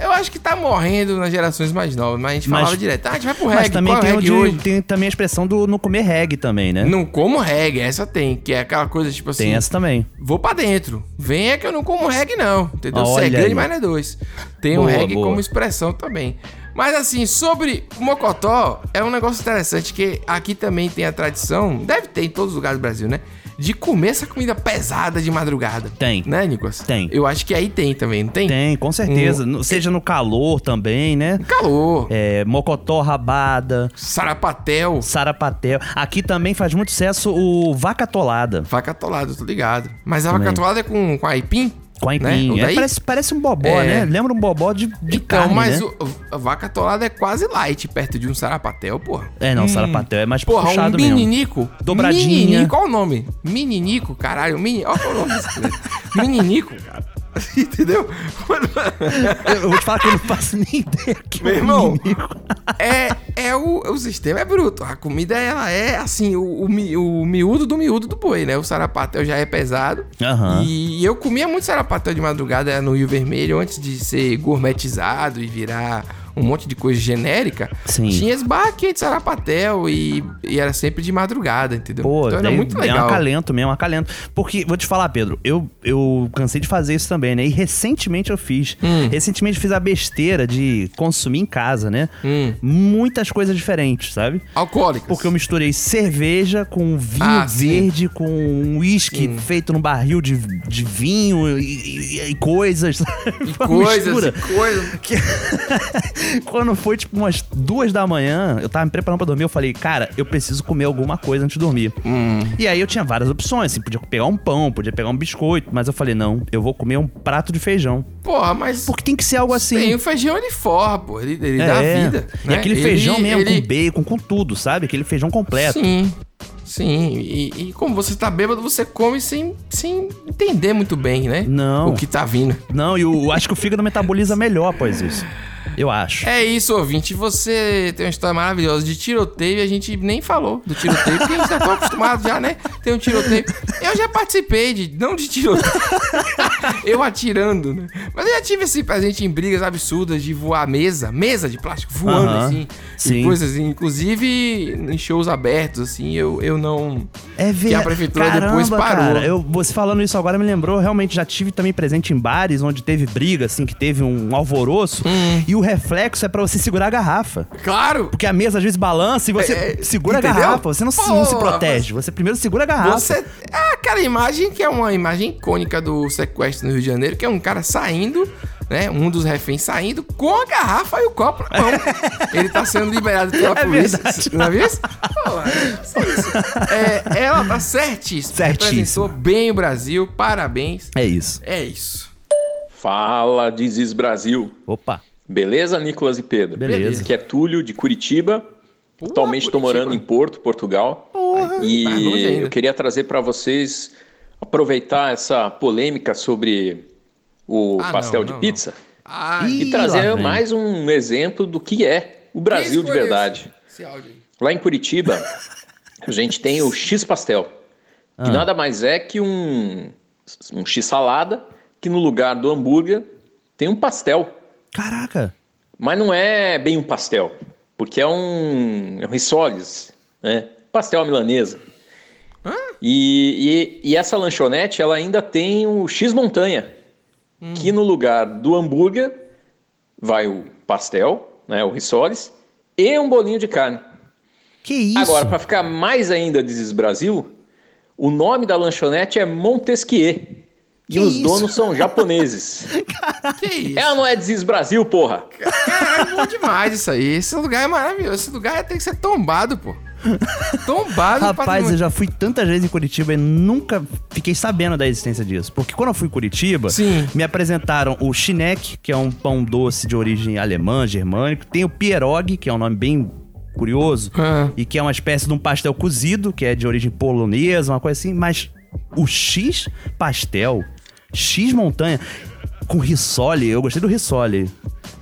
Eu acho que tá morrendo nas gerações mais novas, mas a gente falava direto, ah, a gente vai pro reggae, Mas também qual é tem, o o reggae de- hoje? tem também a expressão do não comer reggae também, né? Não como reggae, essa tem, que é aquela coisa tipo assim. Tem essa também. Vou pra dentro. Vem é que eu não como reggae, não. Entendeu? Olha Você é grande, aí. mas não é dois. Tem o Boa, reggae boa. como expressão também. Mas assim, sobre o Mocotó, é um negócio interessante que aqui também tem a tradição, deve ter em todos os lugares do Brasil, né? De comer essa comida pesada de madrugada. Tem. Né, Nicolas? Tem. Eu acho que aí tem também, não tem? Hum. Tem, com certeza. No- Seja no calor também, né? Calor. É, mocotó, rabada. Sarapatel. Sarapatel. Aqui também faz muito sucesso o vaca tolada. Vaca tolada, tô ligado. Mas a vaca tolada é com, com aipim? Com né? aipim. O É, daí? parece, parece um bobó, É. né? Lembra um bobó de, de Então, carne, mas né? o- a vaca tolada é quase light perto de um sarapatel, porra. É, não, sarapatel é mais Porra, um puxado mesmo. meninico. Dobradinha. Meninico, qual o nome? Meninico, caralho. Mini, olha qual o nome desse treco. Meninico, cara. Entendeu? Eu vou te falar que eu não faço nem ideia que Meu irmão, é, é o, o sistema é bruto. A comida, ela é assim, o, o, mi- o miúdo do miúdo do boi, né? O sarapatel já é pesado. Aham. E eu comia muito sarapatel de madrugada no Rio Vermelho antes de ser gourmetizado e virar um monte de coisa genérica. Sim. Tinha esse bar aqui de sarapatel e, e era sempre de madrugada, entendeu? Pô, então era daí muito É um legal. acalento mesmo, um acalento. Porque, vou te falar, Pedro, eu, eu cansei de fazer isso também, né? E recentemente eu fiz. Hum. Recentemente eu fiz a besteira de consumir em casa, né? Muitas coisas diferentes, sabe? Hum. Alcoólicas. Porque eu misturei cerveja com vinho Ah, Hum. verde, com um uísque feito num barril de, de vinho e, e- e coisas. sabe? é Uma Coisas, mistura. e coisas. Quando foi tipo umas duas da manhã, eu tava me preparando pra dormir, eu falei, cara, eu preciso comer alguma coisa antes de dormir. Hum. E aí eu tinha várias opções, assim, podia pegar um pão, podia pegar um biscoito, mas eu falei, não, eu vou comer um prato de feijão. Porra, mas. Porque tem que ser algo assim. Tem o feijão, ele forra, pô. Ele, ele É, dá vida. E né? aquele Ele- feijão mesmo, ele- com bacon, com tudo, sabe? Aquele feijão completo. Sim, sim. E, e como você tá bêbado, você come sem, sem entender muito bem, né? Não. O que tá vindo. Não, e eu acho que o fígado metaboliza melhor após isso. Eu acho. É isso, ouvinte. Você tem uma história maravilhosa de tiroteio e a gente nem falou do tiroteio, porque a gente tá tão acostumado já, né? Tem um tiroteio. Eu já participei de. Não de tiroteio. eu atirando, né? Mas eu já tive esse presente em brigas absurdas de voar mesa, mesa de plástico voando, Aham. assim. Sim. E coisas assim. Inclusive em shows abertos, assim, eu, eu não. É ver- Que a prefeitura depois Caramba, parou. Cara, eu, você falando isso agora me lembrou, realmente já tive também presente em bares onde teve briga, assim, que teve um alvoroço. E o reflexo é pra você segurar a garrafa. Hum. Claro! Porque a mesa às vezes balança e você É, é, segura a entendeu? garrafa, você não, se- não se Pô, protege, você primeiro segura a garrafa. Você. Ah, cara, a imagem que é uma imagem icônica do sequestro no Rio de Janeiro, que é um cara saindo, né? Um dos reféns saindo com a garrafa e o copo na mão. Ele tá sendo liberado pela É polícia. verdade. Não é isso? Pô, é isso. É, ela tá certíssima. Certíssima. Representou bem o Brasil, parabéns. É isso. É isso. Fala, Dizes Brasil. Opa. Beleza, Nicolas e Pedro? Beleza. Aqui é Túlio, de Curitiba. Atualmente estou morando em Porto, Portugal. E Ah, longe ainda. eu queria trazer para vocês, aproveitar essa polêmica sobre o Ah, pastel não, de não, pizza Ai, e trazer lá vem. mais um exemplo do que é o Brasil de escolheu verdade. Esse áudio aí. Lá em Curitiba, a gente tem o X-Pastel, que Ah. nada mais é que um, um X-salada, que no lugar do hambúrguer tem um pastel. Caraca. Mas não é bem um pastel, porque é um, é um risoles, né? Pastel à milanesa. E, e- e essa lanchonete, ela ainda tem o X-montanha, Hum. que no lugar do hambúrguer vai o pastel, né, o risoles, e um bolinho de carne. Que isso? Agora, para ficar mais ainda Dizes Brasil, o nome da lanchonete é Montesquieu. E os isso? donos são japoneses. Que isso? Ela não é Dizes Brasil, porra. Cara, é bom demais isso aí. Esse lugar é maravilhoso. Esse lugar tem que ser tombado, pô. Tombado Rapaz, patrimônio- eu já fui tantas vezes em Curitiba e nunca fiquei sabendo da existência disso. Porque quando eu fui em Curitiba, me apresentaram o Schneck, que é um pão doce de origem alemã, germânico. Tem o Pierogi, que é um nome bem curioso. E que é uma espécie de um pastel cozido, que é de origem polonesa, uma coisa assim. Mas o X pastel, X montanha, com rissole. Eu gostei do rissole.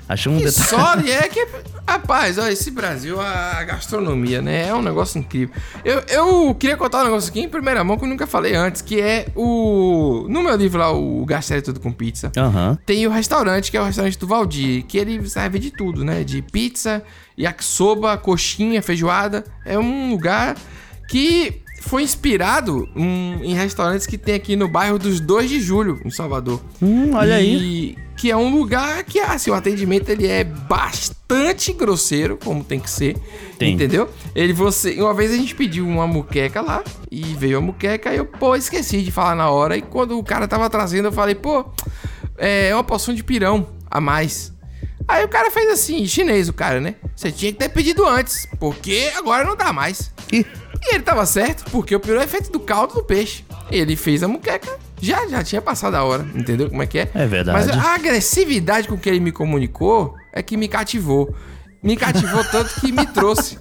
Achei um Que detalhe... Sole é que. Rapaz, ó, esse Brasil, a gastronomia, né? É um negócio incrível. Eu, eu queria contar um negócio aqui em primeira mão que eu nunca falei antes, que é o. No meu livro lá, o Gastar Tudo com Pizza, Aham. tem o restaurante, que é o restaurante do Valdir, que ele serve de tudo, né? De pizza, yakisoba, coxinha, feijoada. É um lugar que foi inspirado um, em restaurantes que tem aqui no bairro dos 2 de julho, em Salvador. Hum, olha e, aí. Que é um lugar que, assim, o atendimento ele é bastante grosseiro, como tem que ser. Tem. Entendeu? Ele você. Uma vez a gente pediu uma muqueca lá e veio a muqueca e eu, pô, esqueci de falar na hora. E quando o cara tava trazendo, eu falei, pô, é uma poção de pirão a mais. Aí o cara fez assim, chinês o cara, né? Você tinha que ter pedido antes, porque agora não dá mais. Ih. E ele tava certo, porque o pirão é feito do caldo do peixe. Ele fez a muqueca, já, já tinha passado a hora, entendeu como é que é? É verdade. Mas a agressividade com que ele me comunicou é que me cativou. Me cativou tanto que me trouxe.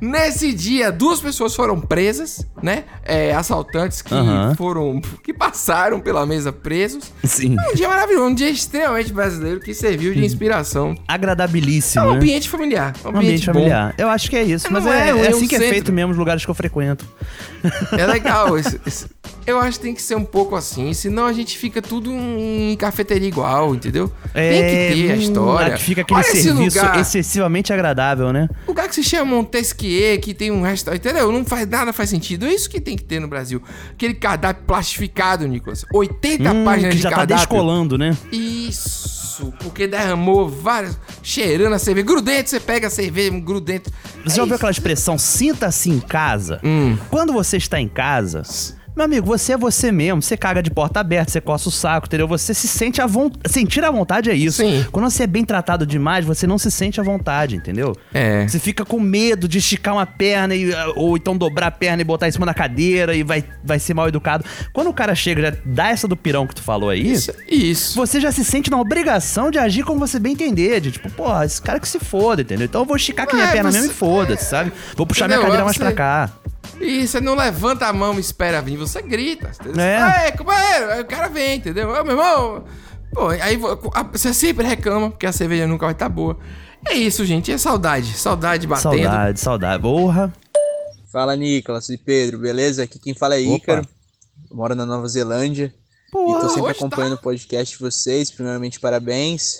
Nesse dia, duas pessoas foram presas, né? É, assaltantes que Aham. foram. que passaram pela mesa presos. Sim. É um dia maravilhoso, um dia extremamente brasileiro que serviu de inspiração. Agradabilíssimo. É um né? ambiente familiar. é Um ambiente familiar. Eu acho que é isso. É, Mas não é, é, é é um assim que é centro. feito mesmo os lugares que eu frequento. É legal. esse- esse- Eu acho que tem que ser um pouco assim, senão a gente fica tudo em cafeteria igual, entendeu? tem que ter a hum, história. que Fica aquele Olha esse serviço lugar. excessivamente agradável, né? Lugar que se chama Montesquieu, que tem um restaurante, entendeu? Não faz nada, faz sentido. É isso que tem que ter no Brasil. Aquele cardápio plastificado, Nicolas. 80 Hum, páginas que de já tá cardápio. descolando, né? Isso, porque derramou várias. cheirando a cerveja. Grudento, você pega a cerveja, um grudento. Você já ouviu aquela expressão, sinta-se em casa? Hum. Quando você está em casa, meu amigo, você é você mesmo. Você caga de porta aberta, você coça o saco, entendeu? Você se sente à vontade. Sentir à vontade é isso. Quando você é bem tratado demais, você não se sente à vontade, entendeu? É. Você fica com medo de esticar uma perna e, ah, ou então dobrar a perna e botar em cima da cadeira e vai, vai ser mal educado. Quando o cara chega e já dá essa do pirão que tu falou aí, Isso, isso. Você já se sente na obrigação de agir como você bem entender. De tipo, porra, esse cara que se foda, entendeu? Então eu vou esticar aqui minha É, perna você- mesmo e foda-se, sabe? Vou puxar minha Entendeu? cadeira mais Você- pra cá. E você não levanta a mão e espera vir, você grita. Entendeu? É. É, companheiro, aí o cara vem, entendeu? Ô, meu irmão. Pô, aí vo- a- você sempre reclama, porque a cerveja nunca vai estar boa. É isso, gente. É saudade. Saudade batendo. Saudade, saudade. Porra. Fala, Nicolas e Pedro, beleza? Aqui quem fala é Opa. Ícaro. Eu moro na Nova Zelândia. e tô sempre hoje tá- acompanhando o podcast de vocês. Primeiramente, parabéns.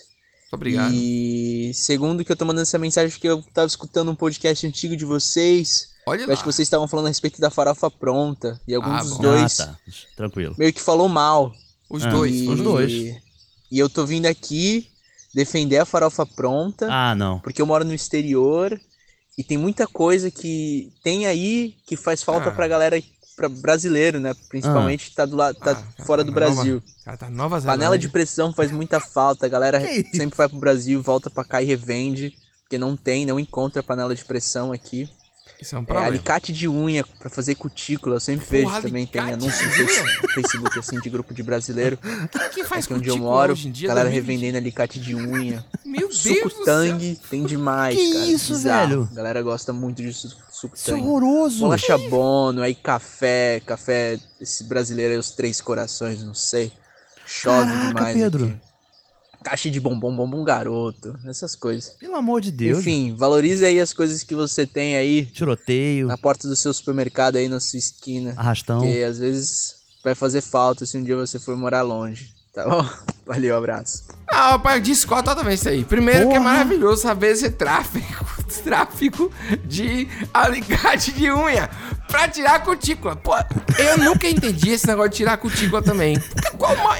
Obrigado. E segundo que eu tô mandando essa mensagem porque eu tava escutando um podcast antigo de vocês. Olha eu acho que vocês estavam falando a respeito da farofa pronta. E alguns Ah, dos bom. dois Ah, tá. Tranquilo. meio que falou mal. Os Ah, dois, os dois. E eu tô vindo aqui defender a farofa pronta. Ah, não. Porque eu moro no exterior e tem muita coisa que tem aí que faz falta Ah. pra galera pra brasileiro, né? Principalmente que tá do lado, tá fora do Nova- Brasil. Cara, tá Nova Zelândia. Panela de pressão faz muita falta. A galera sempre vai pro Brasil, volta pra cá e revende, porque não tem, não encontra panela de pressão aqui. Isso é um É, problema. alicate de unha pra fazer cutícula, eu sempre vejo também, tem anúncio no Face- Facebook assim de grupo de brasileiro. Quem faz Aqui onde eu cutícula moro, hoje em dia, galera 2020? revendendo alicate de unha. Meu Deus suco do Tang tem demais, Que cara. isso, bizarro. velho? A galera gosta muito de su- suco Isso é Tang. horroroso. Bolacha Bono, aí café, café, esse brasileiro aí, os três corações, não sei. Chove Caraca, demais. Pedro. aqui. Caixa de bombom, bombom garoto, essas coisas. Pelo amor de Deus. Enfim, valorize aí as coisas que você tem aí. Tiroteio. Na porta do seu supermercado aí, na sua esquina. Arrastão. Porque às vezes vai fazer falta se um dia você for morar longe, tá bom? Valeu, abraço. Ah, rapaz, eu discordo totalmente isso aí. Primeiro que é maravilhoso saber esse tráfico, tráfico de alicate de unha pra tirar a cutícula. Pô, eu nunca entendi esse negócio de tirar a cutícula também. Qual ma-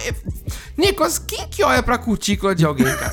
Nicolas, quem que olha pra cutícula de alguém, cara?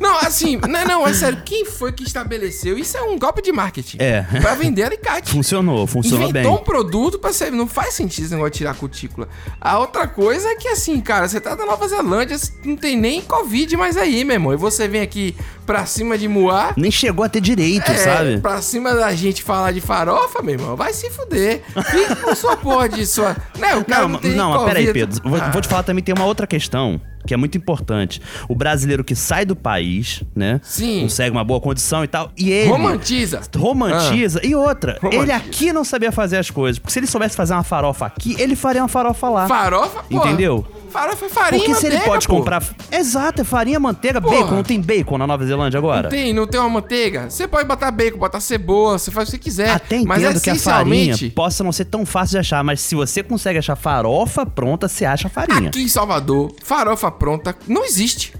Não, assim, não, não, é sério, quem foi que estabeleceu? Isso é um golpe de marketing. É. Pra vender alicate. Funcionou, funcionou Inventou um bem. produto pra ser. Não faz sentido esse negócio de tirar a cutícula. A outra coisa é que, assim, cara, você tá da Nova Zelândia, você não tem nem Covid mais aí, meu irmão. E você vem aqui pra cima de Moá. É, Nem chegou a ter direito, sabe? Pra cima da gente falar de farofa, meu irmão, vai se fuder. Fica com sua porra de sua. Né, o cara não, Não, tem não, mas Covid. peraí, Pedro. Vou, Ah, vou te falar também, tem uma outra questão que é muito importante. O brasileiro que sai do país, né? Sim. Consegue uma boa condição e tal. E ele. Romantiza. Ah. Romantiza. E outra, Romantiza. ele aqui não sabia fazer as coisas. Porque se ele soubesse fazer uma farofa aqui, ele faria uma farofa lá. Farofa? Porra. Entendeu? Farofa é farinha, porque se ele manteiga, pode pô. comprar. Exato, é farinha, manteiga, bacon. Não tem bacon na Nova Zelândia agora? Tem, não tem uma manteiga? Você pode botar bacon, botar cebola, você faz o que você quiser. Até entendo mas é que a farinha essencialmente, possa não ser tão fácil de achar, mas se você consegue achar farofa pronta, você acha a farinha. Aqui em Salvador, farofa pronta não existe.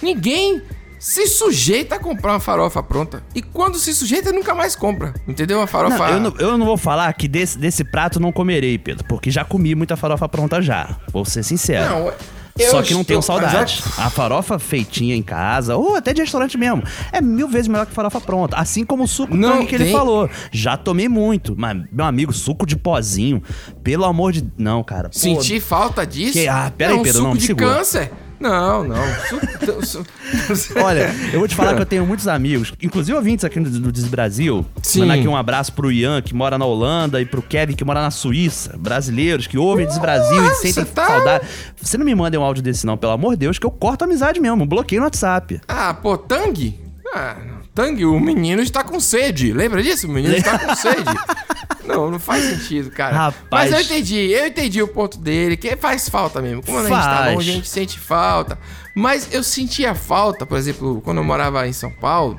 Ninguém se sujeita a comprar uma farofa pronta. E quando se sujeita, nunca mais compra. Entendeu? Uma farofa. Não, eu, não, eu não vou falar que desse, desse prato não comerei, Pedro, porque já comi muita farofa pronta já. Vou ser sincero. Não, é. Eu eu Só que não tenho estou- saudade. A farofa feitinha em casa, ou até de restaurante mesmo, é mil vezes melhor que farofa pronta. Assim como o suco Não tangue que ele tem. falou. Já tomei muito, mas, meu amigo, suco de pozinho, pelo amor de... Não, cara. pô, Sentir falta disso? Que- ah, pera é aí, um Pedro, suco não, me de segura. câncer? Não, não. Su- su- Olha, eu vou te falar que eu tenho muitos amigos, inclusive ouvintes aqui do do Desbrasil. Sim. Mandar aqui um abraço pro Ian, que mora na Holanda, e pro Kevin, que mora na Suíça. Brasileiros que ouvem Desbrasil e sentem tá? saudade. Você não me manda um áudio desse não, pelo amor de Deus, que eu corto a amizade mesmo. Bloqueio no WhatsApp. Ah, pô, Tang? Ah, Tang, o menino está com sede. Lembra disso? O menino está com sede. Não, não faz sentido, cara. Rapaz. Mas eu entendi, eu entendi o ponto dele, que faz falta mesmo. Quando a gente tá Faz. longe, a gente sente falta. Mas eu sentia falta, por exemplo, quando eu morava em São Paulo,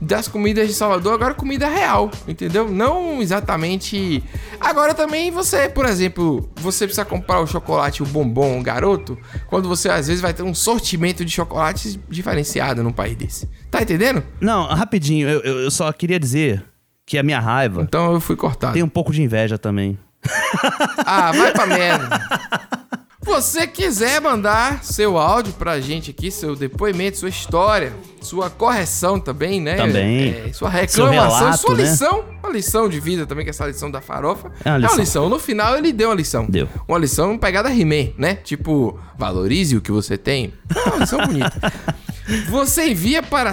das comidas de Salvador, agora comida real, entendeu? Não exatamente. Agora também você, por exemplo, você precisa comprar o chocolate, o bombom, o garoto, quando você às vezes vai ter um sortimento de chocolates diferenciado num país desse. Tá entendendo? Não, rapidinho, eu, eu- eu só queria dizer que a minha raiva... Então eu fui cortado. Tem um pouco de inveja também. Ah, vai pra merda. Você quiser mandar seu áudio pra gente aqui, seu depoimento, sua história, sua correção também, né? Também. É, sua Seu reclamação, relato, sua né? lição, uma lição de vida também, que é essa lição da farofa. É uma É lição. uma lição. No final ele deu uma lição. Deu. Uma lição pegada He-Man, né? Tipo, valorize o que você tem. É uma lição bonita. Você envia para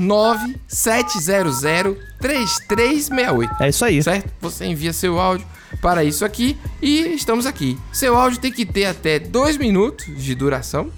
719-700-3368. É isso aí. Certo? Você envia seu áudio para isso aqui e estamos aqui. Seu áudio tem que ter até 2 minutos de duração.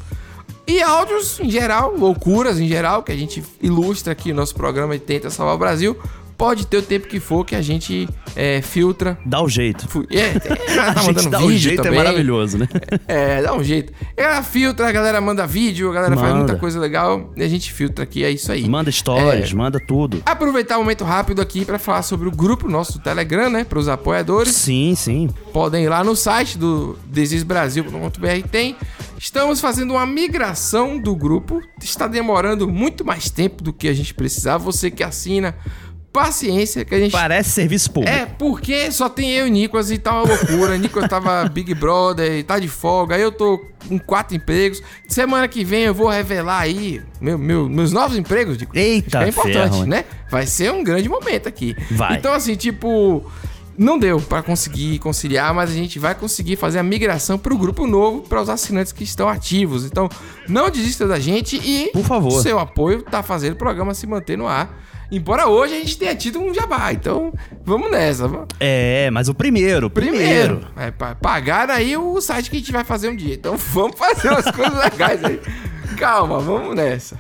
E áudios em geral, loucuras em geral, que a gente ilustra aqui no nosso programa e tenta salvar o Brasil. Pode ter o tempo que for que a gente é, filtra. Dá o jeito. É, tá a gente mandando dá o vídeo jeito, é também. maravilhoso, né? É, dá um jeito. Ela filtra, a galera manda vídeo, a galera faz Manda. muita coisa legal e a gente filtra aqui, é isso aí. Manda histórias, É. manda tudo. Aproveitar o momento rápido aqui pra falar sobre o grupo nosso do Telegram, né? Para os apoiadores. Sim, sim. Podem ir lá no site do desisbrasil.com.br tem. Estamos fazendo uma migração do grupo. Está demorando muito mais tempo do que a gente precisava. Você que assina, paciência que a gente Parece serviço público. é, porque só tem eu e Nicolas e tá uma loucura. Nicolas tava Big Brother e tá de folga. Aí eu tô com quatro empregos. Semana que vem eu vou revelar aí meu- meu- meus novos empregos, Nicolas. Eita, é importante, ferro, hein? né? Vai ser um grande momento aqui. Tá Vai. Então, assim, tipo. Não deu pra conseguir conciliar, mas a gente vai conseguir fazer a migração pro grupo novo, para os assinantes que estão ativos. Então, não desista da gente e Por favor. seu apoio tá fazendo o programa se manter no ar. Embora hoje a gente tenha tido um jabá, então vamos nessa. vamos- É, mas o primeiro, o primeiro. Primeiro, é, pa- pagar aí o site que a gente vai fazer um dia. Então vamos fazer umas coisas legais aí. Calma, vamos nessa.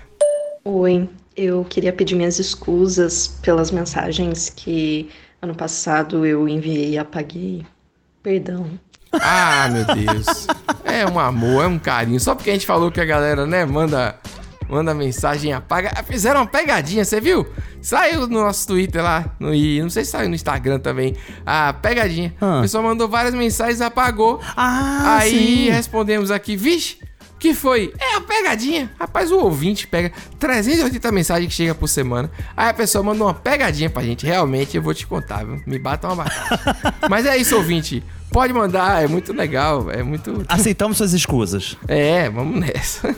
Oi, eu queria pedir minhas escusas pelas mensagens que ano passado eu enviei e apaguei. Perdão. Ah, meu Deus. É um amor, é um carinho. Só porque a gente falou que a galera, né, manda, manda mensagem e apaga. Ah, Fizeram uma pegadinha, você viu? Saiu no nosso Twitter lá, no, e não sei se saiu no Instagram também. Ah, pegadinha. O pessoal mandou várias mensagens e apagou. Ah, Aí sim. respondemos aqui, vixe, que foi? É a pegadinha. Rapaz, o ouvinte pega 380 mensagens que chega por semana. Aí a pessoa manda uma pegadinha pra gente. Realmente, eu vou te contar, viu? Me bata uma batata. Mas é isso, ouvinte. Pode mandar, é muito legal, é muito... Aceitamos suas escusas. É, vamos nessa.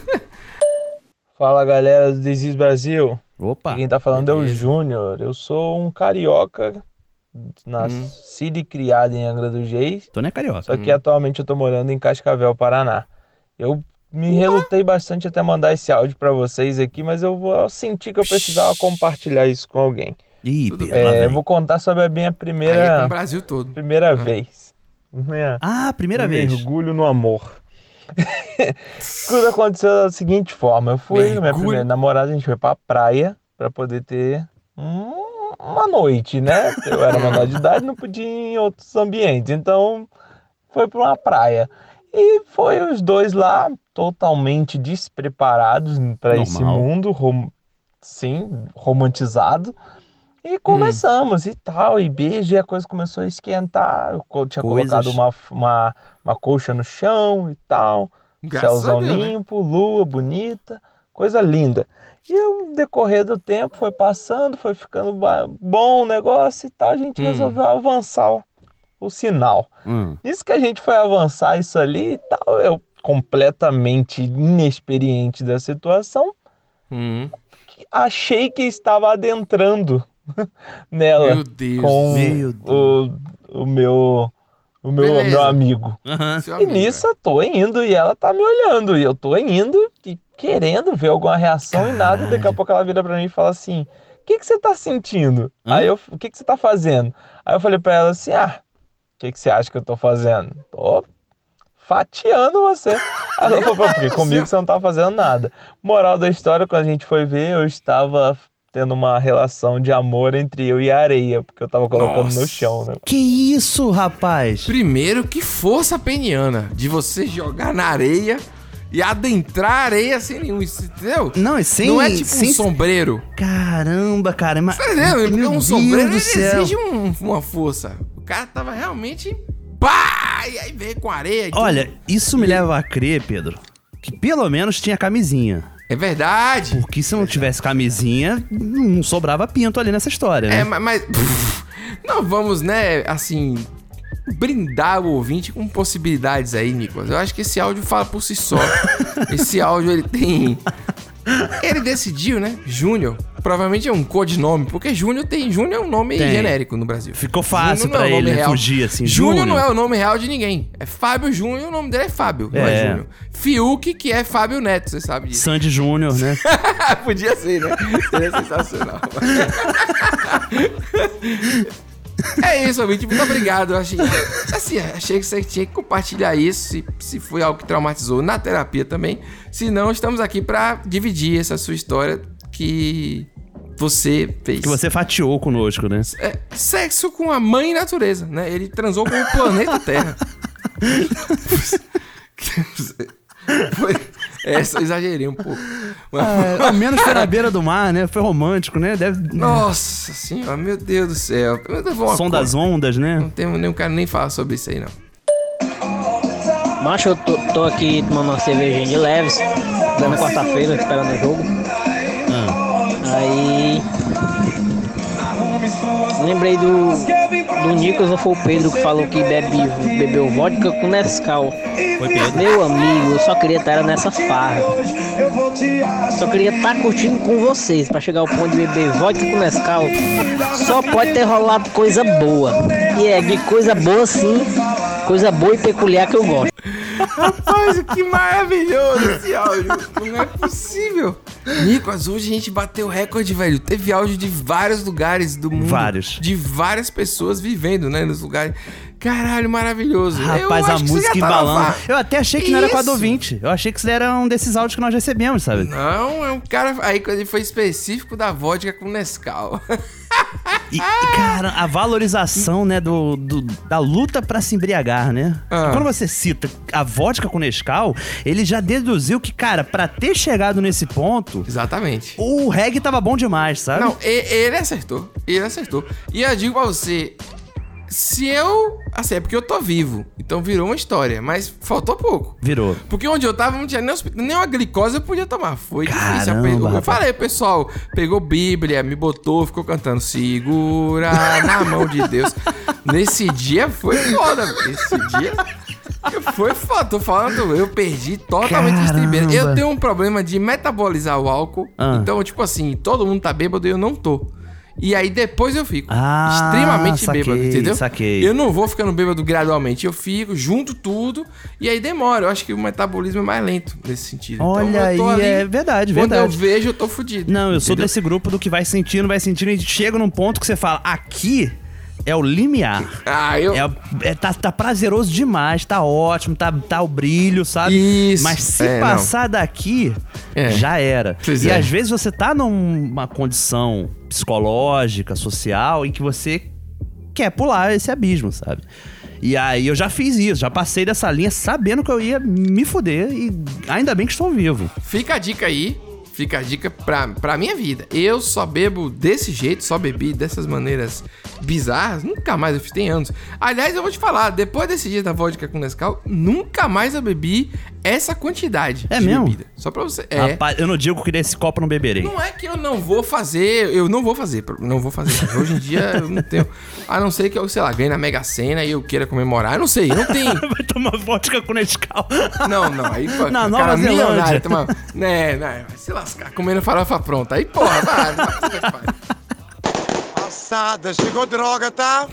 Fala galera do Desis Brasil. Opa. Quem tá falando é o Júnior. Eu sou um carioca, Hum. nascido e criado em Angra dos Reis. Uhum. Tô nem carioca. Uhum. Só que atualmente eu tô morando em Cascavel, Paraná. Eu me relutei bastante até mandar esse áudio pra vocês aqui, mas eu vou eu senti que eu precisava compartilhar isso com alguém. Ih, É, lá eu vem. Uhum. vou contar sobre a Aí minha é primeira com o Brasil todo. primeira vez. Né? Ah, primeira vez. Mergulho no amor. Tudo aconteceu da seguinte forma. Eu fui, minha primeira namorada, a gente foi pra praia pra poder ter um- uma noite, né? Eu era menor de idade, não podia ir em outros ambientes. Então, foi pra uma praia. E foi os dois lá totalmente despreparados pra esse Normal. mundo, rom- sim, romantizado. E Hum. começamos e tal, e beijo, e a coisa começou a esquentar. Eu co- tinha Coisas. colocado uma, uma, uma colcha no chão e tal. Graças a Céuzão Deus, né? limpo, lua bonita. coisa linda. E o decorrer do tempo foi passando, foi ficando ba- bom o negócio e tal, a gente Hum. resolveu avançar o, o sinal. Hum. Isso que a gente foi avançar isso ali e tal, eu completamente inexperiente da situação, achei que estava adentrando nela Meu Deus. com Meu O, o meu o meu, Beleza. meu amigo. Seu E amigo, é. nisso eu tô indo e ela tá me olhando e eu tô indo e querendo ver alguma reação e nada. E daqui a pouco ela vira pra mim e fala assim: O que, que você tá sentindo? Aí eu, o que, que você tá fazendo? Aí eu falei pra ela assim: Ah, o que, que você acha que eu tô fazendo? Tô fatiando você. Ela falou, "Pô, porque comigo você não tá fazendo nada. Moral da história, quando a gente foi ver, eu estava tendo uma relação de amor entre eu e a areia, porque eu tava colocando no Nossa. chão, né? Que isso, rapaz? Primeiro, que força peniana de você jogar na areia e adentrar a areia sem nenhum, isso, entendeu? Não, e sem- Não é tipo sem- um sombreiro. Caramba, cara. Mas... Tá entendendo? Porque Meu um Deus sombreiro do ele céu. exige um- uma força. O cara tava realmente. Pá! E aí veio com areia. e tudo. Olha, isso me leva a crer, Pedro, que pelo menos tinha camisinha. É verdade. Porque se não tivesse camisinha, não sobrava pinto ali nessa história, né? É, ma- mas. não vamos, né, assim. Brindar o ouvinte com possibilidades aí, Nicolas. Eu acho que esse áudio fala por si só. esse áudio ele tem. Ele decidiu, né? Júnior. Provavelmente é um codinome, porque Júnior tem. Júnior é um nome Tem. genérico no Brasil. Ficou fácil Júnior não pra é o ele nome né, real. fugir assim. Júnior não é o Júnior. nome real de ninguém. É Fábio Júnior, o nome dele é Fábio, não é É. Júnior. Fiuk, que é Fábio Neto, você sabe disso. Sandy Júnior, né? Podia ser, né? Seria sensacional. é isso, ouvinte. Muito obrigado. Eu Achei, assim, achei que você tinha que compartilhar isso, se, se foi algo que traumatizou na terapia também. Se não, estamos aqui pra dividir essa sua história que você fez. Que você fatiou conosco, né? É, sexo com a mãe natureza, né? Ele transou com o planeta Terra. Foi- Essa eu exagerei um pouco. Ah, ao menos foi na beira do mar, né? Foi romântico, né? Deve... Nossa senhora, meu Deus do céu. Eu vou- Som das ondas, né? Não tem nenhum cara nem falar sobre isso aí, não. Macho, eu tô, tô aqui tomando uma cervejinha de leves, dando quarta-feira, esperando o jogo. Aí. Lembrei do. Do Nicolas, ou foi o Pedro que falou que bebe, bebeu vodka com Nescau. Meu amigo, eu só queria estar nessa farra. Só queria estar curtindo com vocês. Pra chegar ao ponto de beber vodka com Nescau, só pode ter rolado coisa boa. E é de coisa boa sim, coisa boa e peculiar que eu gosto. Rapaz, que maravilhoso esse áudio. Não é possível. Nicolas, hoje a gente bateu recorde, velho. Teve áudio de vários lugares do mundo. Vários. De várias pessoas vivendo, né, nos lugares. Caralho, maravilhoso. Eu Rapaz, a acho que você música já tá na embalando. farra. Eu até achei que não era quadro Isso. ouvinte. Eu achei que isso era um desses áudios que nós recebemos, sabe? Não, é um cara... Aí quando ele foi específico da vodka com Nescau. É. E, e, cara, a valorização, né, do, do- da luta pra se embriagar, né? Ah. E Quando você cita a vodka com Nescau, ele já deduziu que, cara, pra ter chegado nesse ponto... Exatamente. O reggae tava bom demais, sabe? Não, e- ele acertou. Ele acertou. E eu digo pra você: se eu. Assim, é porque eu tô vivo. Então virou uma história. Mas faltou pouco. Virou. Porque onde eu tava não tinha nem, hospi- nem uma glicose eu podia tomar. Foi difícil. Eu, pe- Caramba, eu rapaz. falei, pessoal, pegou Bíblia, me botou, ficou cantando Segura na mão de Deus. Nesse dia foi foda. Esse dia foi foda. Tô falando, eu perdi totalmente a estribeira. Eu Caramba. tenho um problema de metabolizar o álcool. Ah. Então, tipo assim, todo mundo tá bêbado e eu não tô. E aí depois eu fico Ah, extremamente saquei, bêbado, entendeu? saquei. Eu não vou ficando bêbado gradualmente, eu fico, junto tudo, e aí demora. Eu acho que o metabolismo é mais lento nesse sentido. Olha então eu tô aí, ali, é verdade, quando verdade. eu vejo, eu tô fudido. Não, eu sou entendeu? desse grupo do que vai sentindo, vai sentindo e chega num ponto que você fala, aqui é o limiar. Ah, eu... É, é- tá, tá prazeroso demais, tá ótimo, tá, tá o brilho, sabe? Isso. Mas se É, não. passar Ah, daqui, já era. Pois e é. às vezes você tá numa condição psicológica, social, em que você quer pular esse abismo, sabe? E aí eu já fiz isso, já passei dessa linha sabendo que eu ia me fuder e ainda bem que estou vivo. Fica a dica aí. Fica a dica pra, pra minha vida. Eu só bebo desse jeito, só bebi dessas maneiras bizarras. Nunca mais eu fiz, tem anos. Aliás, eu vou te falar, depois desse dia da vodka com Nescau, nunca mais eu bebi essa quantidade É mesmo? bebida. Só pra você. É. Rapaz, eu não digo que desse copo eu não beberei. Não é que eu não vou fazer, eu não vou fazer, não vou fazer. Hoje em dia eu não tenho. A não ser que eu, sei lá, ganhe na Mega Sena e eu queira comemorar. Eu não sei, não tem. Vai tomar vodka com Nescau. Não, não, aí pô, Na Nova Zelândia. milionário, toma- né, né, vai se lascar, comendo farofa pronta. Aí, porra, vai, vai, Passada, chegou droga, tá?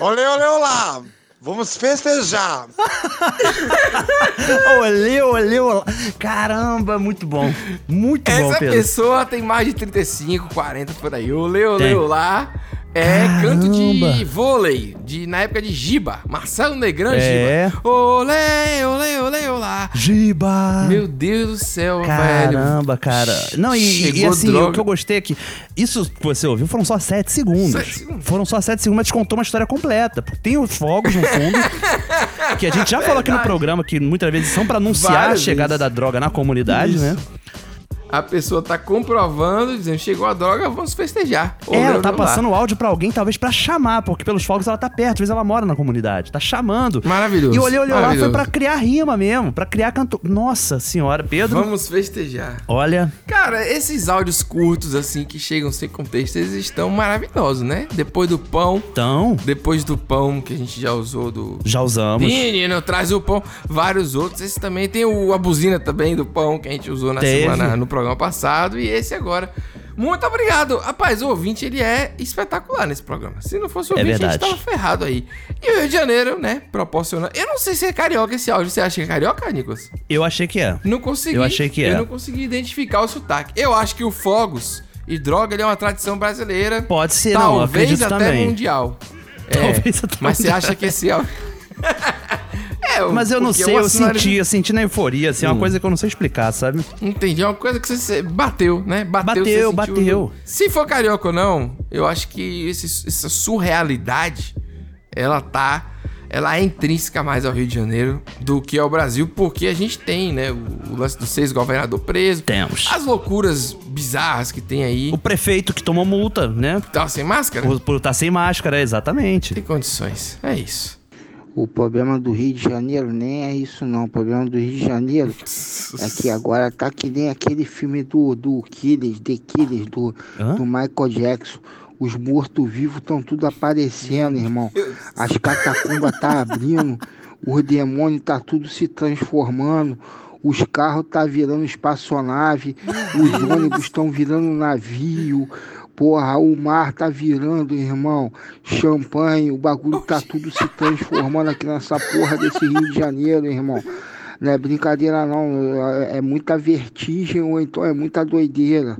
Olê, olê, olá! Vamos festejar! olê, olê, olê. Caramba, muito bom. Muito bom, Essa Pedro. pessoa tem mais de 35, 40 por aí. Olê, olê, Tem. olá. É canto de vôlei, de, na época de Giba. Marcelo Negrão, É. Giba. Olê, olê, olê, olá. Giba! Meu Deus do céu, velho. Ah. Caramba, cara. Não, e- e, Chegou assim, droga. o que eu gostei é que isso que você ouviu foram só 7 segundos. Foram só 7 segundos, mas te contou uma história completa. Porque tem os fogos no fundo, que a gente já falou aqui no programa, que muitas vezes são pra anunciar É Várias a chegada vezes. da droga na comunidade, Isso. né? A pessoa tá comprovando, dizendo, chegou a droga, vamos festejar. É, Olê, ela olê, tá olá. passando o áudio pra alguém, talvez pra chamar, porque pelos fogos ela tá perto, às vezes ela mora na comunidade, tá chamando. Maravilhoso. E olhei, olhei lá, foi maravilhoso. pra criar rima mesmo, pra criar cantor. Nossa senhora, Pedro. Vamos festejar. Olha. Cara, esses áudios curtos, assim, que chegam sem contexto, eles estão maravilhosos, né? Depois do pão. Então. Depois do pão que a gente já usou do. Já usamos. Menino, traz o pão. Vários outros. Esse também tem o, a buzina também do pão que a gente usou na Teve. semana, no programa passado. E esse agora. Muito obrigado. Rapaz, o ouvinte, ele é espetacular nesse programa. Se não fosse o É ouvinte, a gente verdade. tava ferrado aí. E o Rio de Janeiro, né, proporciona... Eu não sei se é carioca esse áudio. Você acha que é carioca, Nicolas? Eu achei que é. Não consegui. Eu achei que Eu é. não consegui identificar o sotaque. Eu acho que o fogos e droga ele é uma tradição brasileira. Pode ser, não, eu Talvez acredito até também. mundial. É, Talvez até Mas você mundial. acha que esse é o... É, o- Mas eu não porque sei, uma Hum. eu sinaliza- senti, eu senti na euforia, assim, uma coisa que eu não sei explicar, sabe? Entendi, é uma coisa que você- você bateu, né? Bateu, você sentiu Bateu, bateu. no- Se for carioca ou não, eu acho que esse- essa surrealidade, ela tá... Ela é intrínseca mais ao Rio de Janeiro do que ao Brasil, porque a gente tem, né? O, o lance dos seis governador preso. Temos. As loucuras bizarras que tem aí. O prefeito que tomou multa, né? Tá sem máscara? Por, por tá sem máscara, exatamente. Tem condições, é isso. O problema do Rio de Janeiro nem é isso não. O problema do Rio de Janeiro é que agora tá que nem aquele filme do, do Killers, The Killers, do, do Michael Jackson. Os mortos-vivos estão tudo aparecendo, irmão. As catacumbas tá abrindo, os demônios tá tudo se transformando, os carros tá virando espaçonave, os ônibus estão virando navio. Porra, o mar tá virando, irmão. Champanhe, o bagulho tá tudo se transformando aqui nessa porra desse Rio de Janeiro, irmão. Não é brincadeira, não. É é muita vertigem ou então é muita doideira.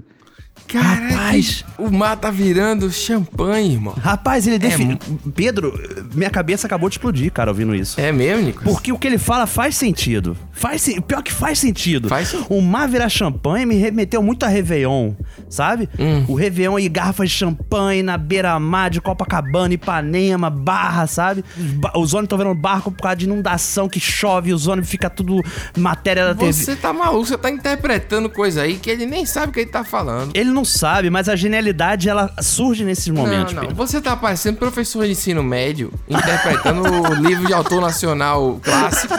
Rapaz, o mar tá virando champanhe, irmão. É Rapaz, ele definiu. Pedro, minha cabeça acabou de explodir, cara, ouvindo isso. É mesmo, Nicolas? Porque o que ele fala faz sentido. Faz sen- Pior que faz sentido. Faz O mar virar champanhe me remeteu muito a Réveillon, sabe? Hum. O Réveillon e garrafas de champanhe na beira-mar de Copacabana, Ipanema, Barra, sabe? Os ba- Os ônibus estão vendo barco por causa de inundação que chove, os ônibus fica tudo matéria da TV. Você tá maluco, você tá interpretando coisa aí que ele nem sabe o que ele tá falando. Ele não sabe, mas a genialidade ela surge nesses momentos. não, não. Pedro. Você tá parecendo professor de ensino médio, interpretando o livro de autor nacional clássico,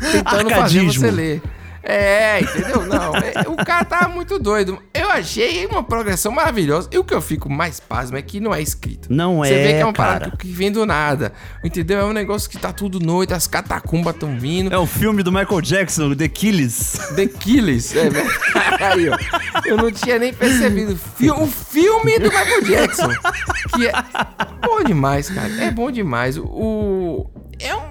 tentando fazer Arcadismo. você ler. É, entendeu? Não, é, o cara tá muito doido. Eu achei uma progressão maravilhosa. E o que eu fico mais pasmo é que não é escrito. Não Você é, vê que é uma cara. parada que vem do nada. Entendeu? É um negócio que tá tudo noite, as catacumbas tão vindo. É o filme do Michael Jackson, The Killers. The Killers, é verdade. Aí, ó. Eu não tinha nem percebido. Fi- o filme do Michael Jackson. Que é bom demais, cara. É bom demais. O. É, um-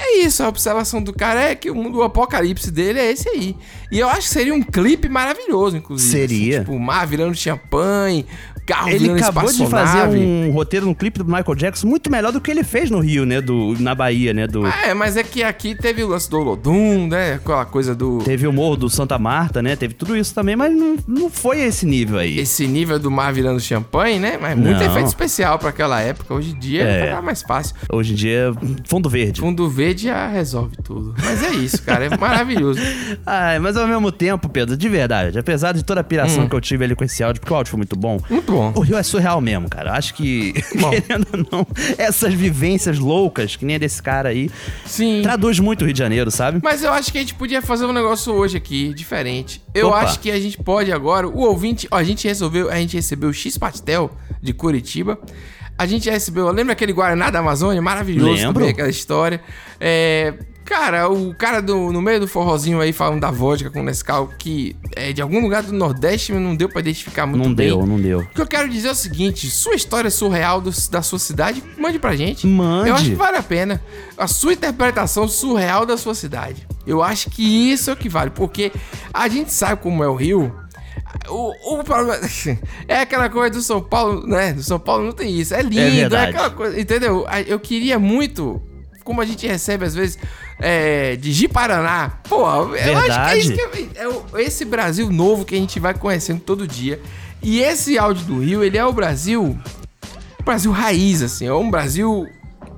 é isso, a observação do cara é que o mundo o apocalipse dele é esse aí. E eu acho que seria um clipe maravilhoso, inclusive. Seria. tipo, o mar virando champanhe, carro Ele virando acabou de fazer espaçonave. um roteiro no clipe do Michael Jackson muito melhor do que ele fez no Rio, né? Do, na Bahia, né? Do, É, mas é que aqui teve o lance do Olodum, né? Aquela coisa do. Teve o Morro do Santa Marta, né? Teve tudo isso também, mas não, não foi esse nível aí. Esse nível do mar virando champanhe, né? Mas muito Não. efeito especial pra aquela época. Hoje em dia É. é. mais fácil. Hoje em dia, fundo verde. Fundo verde já resolve tudo. Mas é isso, cara. É maravilhoso. Ai, mas ao mesmo tempo, Pedro, de verdade, apesar de toda a piração Hum. que eu tive ali com esse áudio, porque o áudio foi muito bom. Muito bom. O Rio é surreal mesmo, cara. Eu Acho que, querendo ou não, essas vivências loucas, que nem a desse cara aí, Sim. traduz muito o Rio de Janeiro, sabe? Mas eu acho que a gente podia fazer um negócio hoje aqui, diferente. Eu Opa. acho que a gente pode agora. O ouvinte. Ó, a gente resolveu. A gente recebeu o X Pastel de Curitiba. A gente recebeu. Lembra aquele Guaraná da Amazônia? Maravilhoso Lembro. também, aquela história. É. Cara, o cara do, no meio do forrozinho aí falando da vodka com Nescau, que é de algum lugar do Nordeste, mas não deu pra identificar muito não bem. deu, não deu. O que eu quero dizer é o seguinte: sua história surreal do- da sua cidade, mande pra gente. Mande. Eu acho que vale a pena. A sua interpretação surreal da sua cidade. Eu acho que isso é o que vale, porque a gente sabe como é o Rio. O, o problema é aquela coisa do São Paulo, né? Do São Paulo não tem isso. É lindo, é, verdade. aquela coisa, entendeu? A- Eu queria muito, como a gente recebe às vezes é, de Ji Paraná. Pô, eu acho que é isso Verdade. que eu- é o- esse Brasil novo que a gente vai conhecendo todo dia. E esse áudio do Rio, ele é o Brasil. Brasil raiz, assim. É um Brasil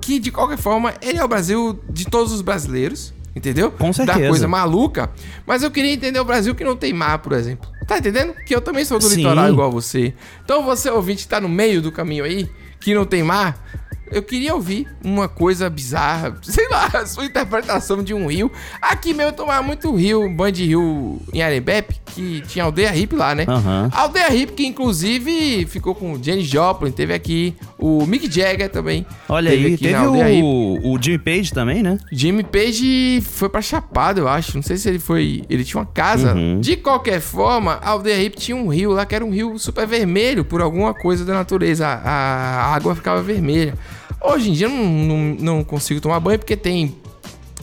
que, de qualquer forma, ele é o Brasil de todos os brasileiros. Entendeu? Com Da certeza. coisa maluca. Mas eu queria entender o Brasil que não tem mar, por exemplo. Tá entendendo? Que eu também sou do Sim. litoral igual a você. Então você, ouvinte, que tá no meio do caminho aí, que não tem mar. Eu queria ouvir uma coisa bizarra, sei lá, a sua interpretação de um rio. Aqui mesmo eu tomava muito rio, Band Rio em Arebep, que tinha aldeia hippie lá, né? Aham. A Aldeia Hip, que inclusive ficou com o Janis Joplin, teve aqui. O Mick Jagger também. Olha teve aí, aqui na teve Aldeia Hip. o, o Jimmy Page também, né? Jimmy Page foi pra Chapada, eu acho. Não sei se ele foi. Ele tinha uma casa. Uhum. De qualquer forma, a aldeia hippie tinha um rio lá que era um rio super vermelho por alguma coisa da natureza. A, a água ficava vermelha. Hoje em dia eu não, não, não consigo tomar banho porque tem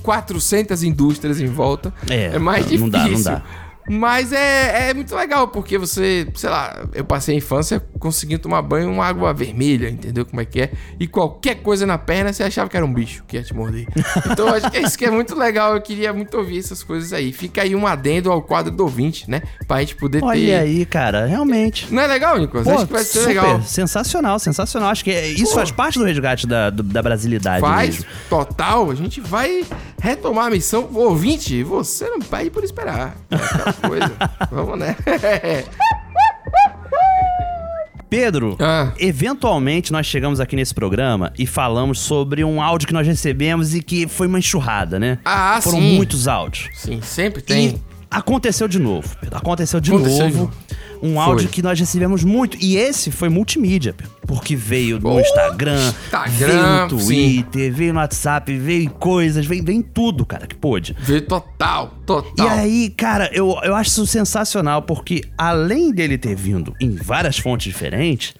400 indústrias em volta. É, É, mais difícil. não dá, não dá. Mas é, é muito legal, porque você, sei lá, eu passei a infância conseguindo tomar banho em uma água vermelha, entendeu como é que é? E qualquer coisa na perna você achava que era um bicho que ia te morder. Então eu acho que é isso que é muito legal, eu queria muito ouvir essas coisas aí. Fica aí um adendo ao quadro do ouvinte, né? Pra gente poder ter. Olha aí, cara, realmente. Não é legal, Nicolas? Pô, acho que vai ser super, legal. sensacional, sensacional. Acho que é- isso Pô. faz parte do resgate da, do- da brasilidade. Faz mesmo. total, a gente vai retomar a missão. Ô, Ouvinte, você não pede por esperar. É aquela coisa. Vamos, né? Pedro, Ah. eventualmente nós chegamos aqui nesse programa e falamos sobre um áudio que nós recebemos e que foi uma enxurrada, né? Ah, Foram sim. muitos áudios. Sim, sempre tem. E aconteceu de novo, Pedro. Aconteceu de Aconteceu de novo. novo. Um Foi. áudio que nós recebemos muito. E esse foi multimídia, Pedro. Porque veio no Instagram, Instagram, veio no sim. Twitter, veio no WhatsApp, veio em coisas, veio, veio em tudo, cara, que pôde. Veio total, total. E aí, cara, eu, eu acho isso sensacional, porque além dele ter vindo em várias fontes diferentes,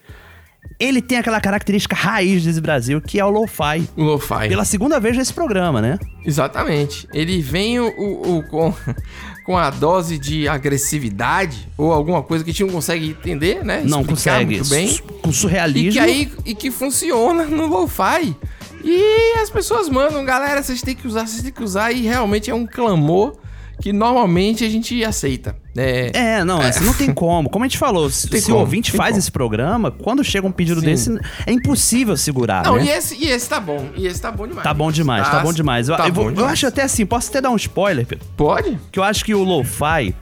ele tem aquela característica raiz desse Brasil, que é o lo-fi. O lo-fi. Pela segunda vez nesse programa, né? Exatamente. Ele vem o, o- o- com, com a dose de agressividade ou alguma coisa que a gente não consegue entender, né? Não Explicar consegue. Muito bem. Su- Com surrealismo. E que aí e que funciona no lo-fi. E as pessoas mandam, galera, vocês têm que usar, vocês têm que usar. E realmente é um clamor que normalmente a gente aceita. né? É, não, assim, não tem como. Como a gente falou, se, Tem se como, o ouvinte tem faz como. esse programa, quando chega um pedido Sim. desse, é impossível segurar, Não, né? e esse, e esse tá bom. E esse tá bom demais. Tá bom demais, tá, bom demais. Eu, tá eu vou- bom eu demais. acho até assim, posso até dar um spoiler, Pedro? Pode? Hum. Que eu acho que o lo-fi,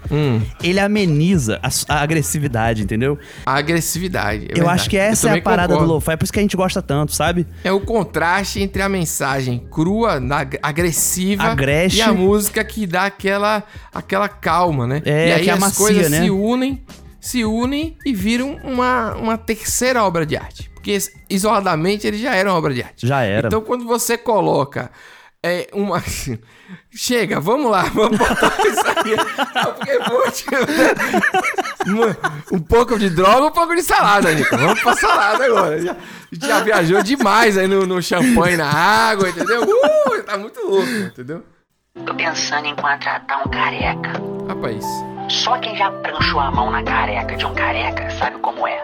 ele ameniza a, su- a agressividade, entendeu? A agressividade. é eu verdade. acho que essa é a também parada concordo. do lo-fi, é por isso que a gente gosta tanto, sabe? É o contraste entre a mensagem crua, na- agressiva Agreste. e a música que dá aquela, aquela calma, né? É, e aí que as amacia, coisas né? se unem, se unem e viram uma, uma terceira obra de arte. Porque isoladamente ele já era uma obra de arte. Já era. Então quando você coloca é, uma. Chega, vamos lá, vamos botar isso aí. Não, Porque, pô, tipo, mano, um pouco de droga, um pouco de salada, Nico. Vamos pra salada agora. Já, já viajou demais aí no, no champanhe, na água, entendeu? Uh, tá muito louco, entendeu? Tô pensando em contratar um careca. Rapaz. Só quem já pranchou a mão na careca de um careca sabe como é.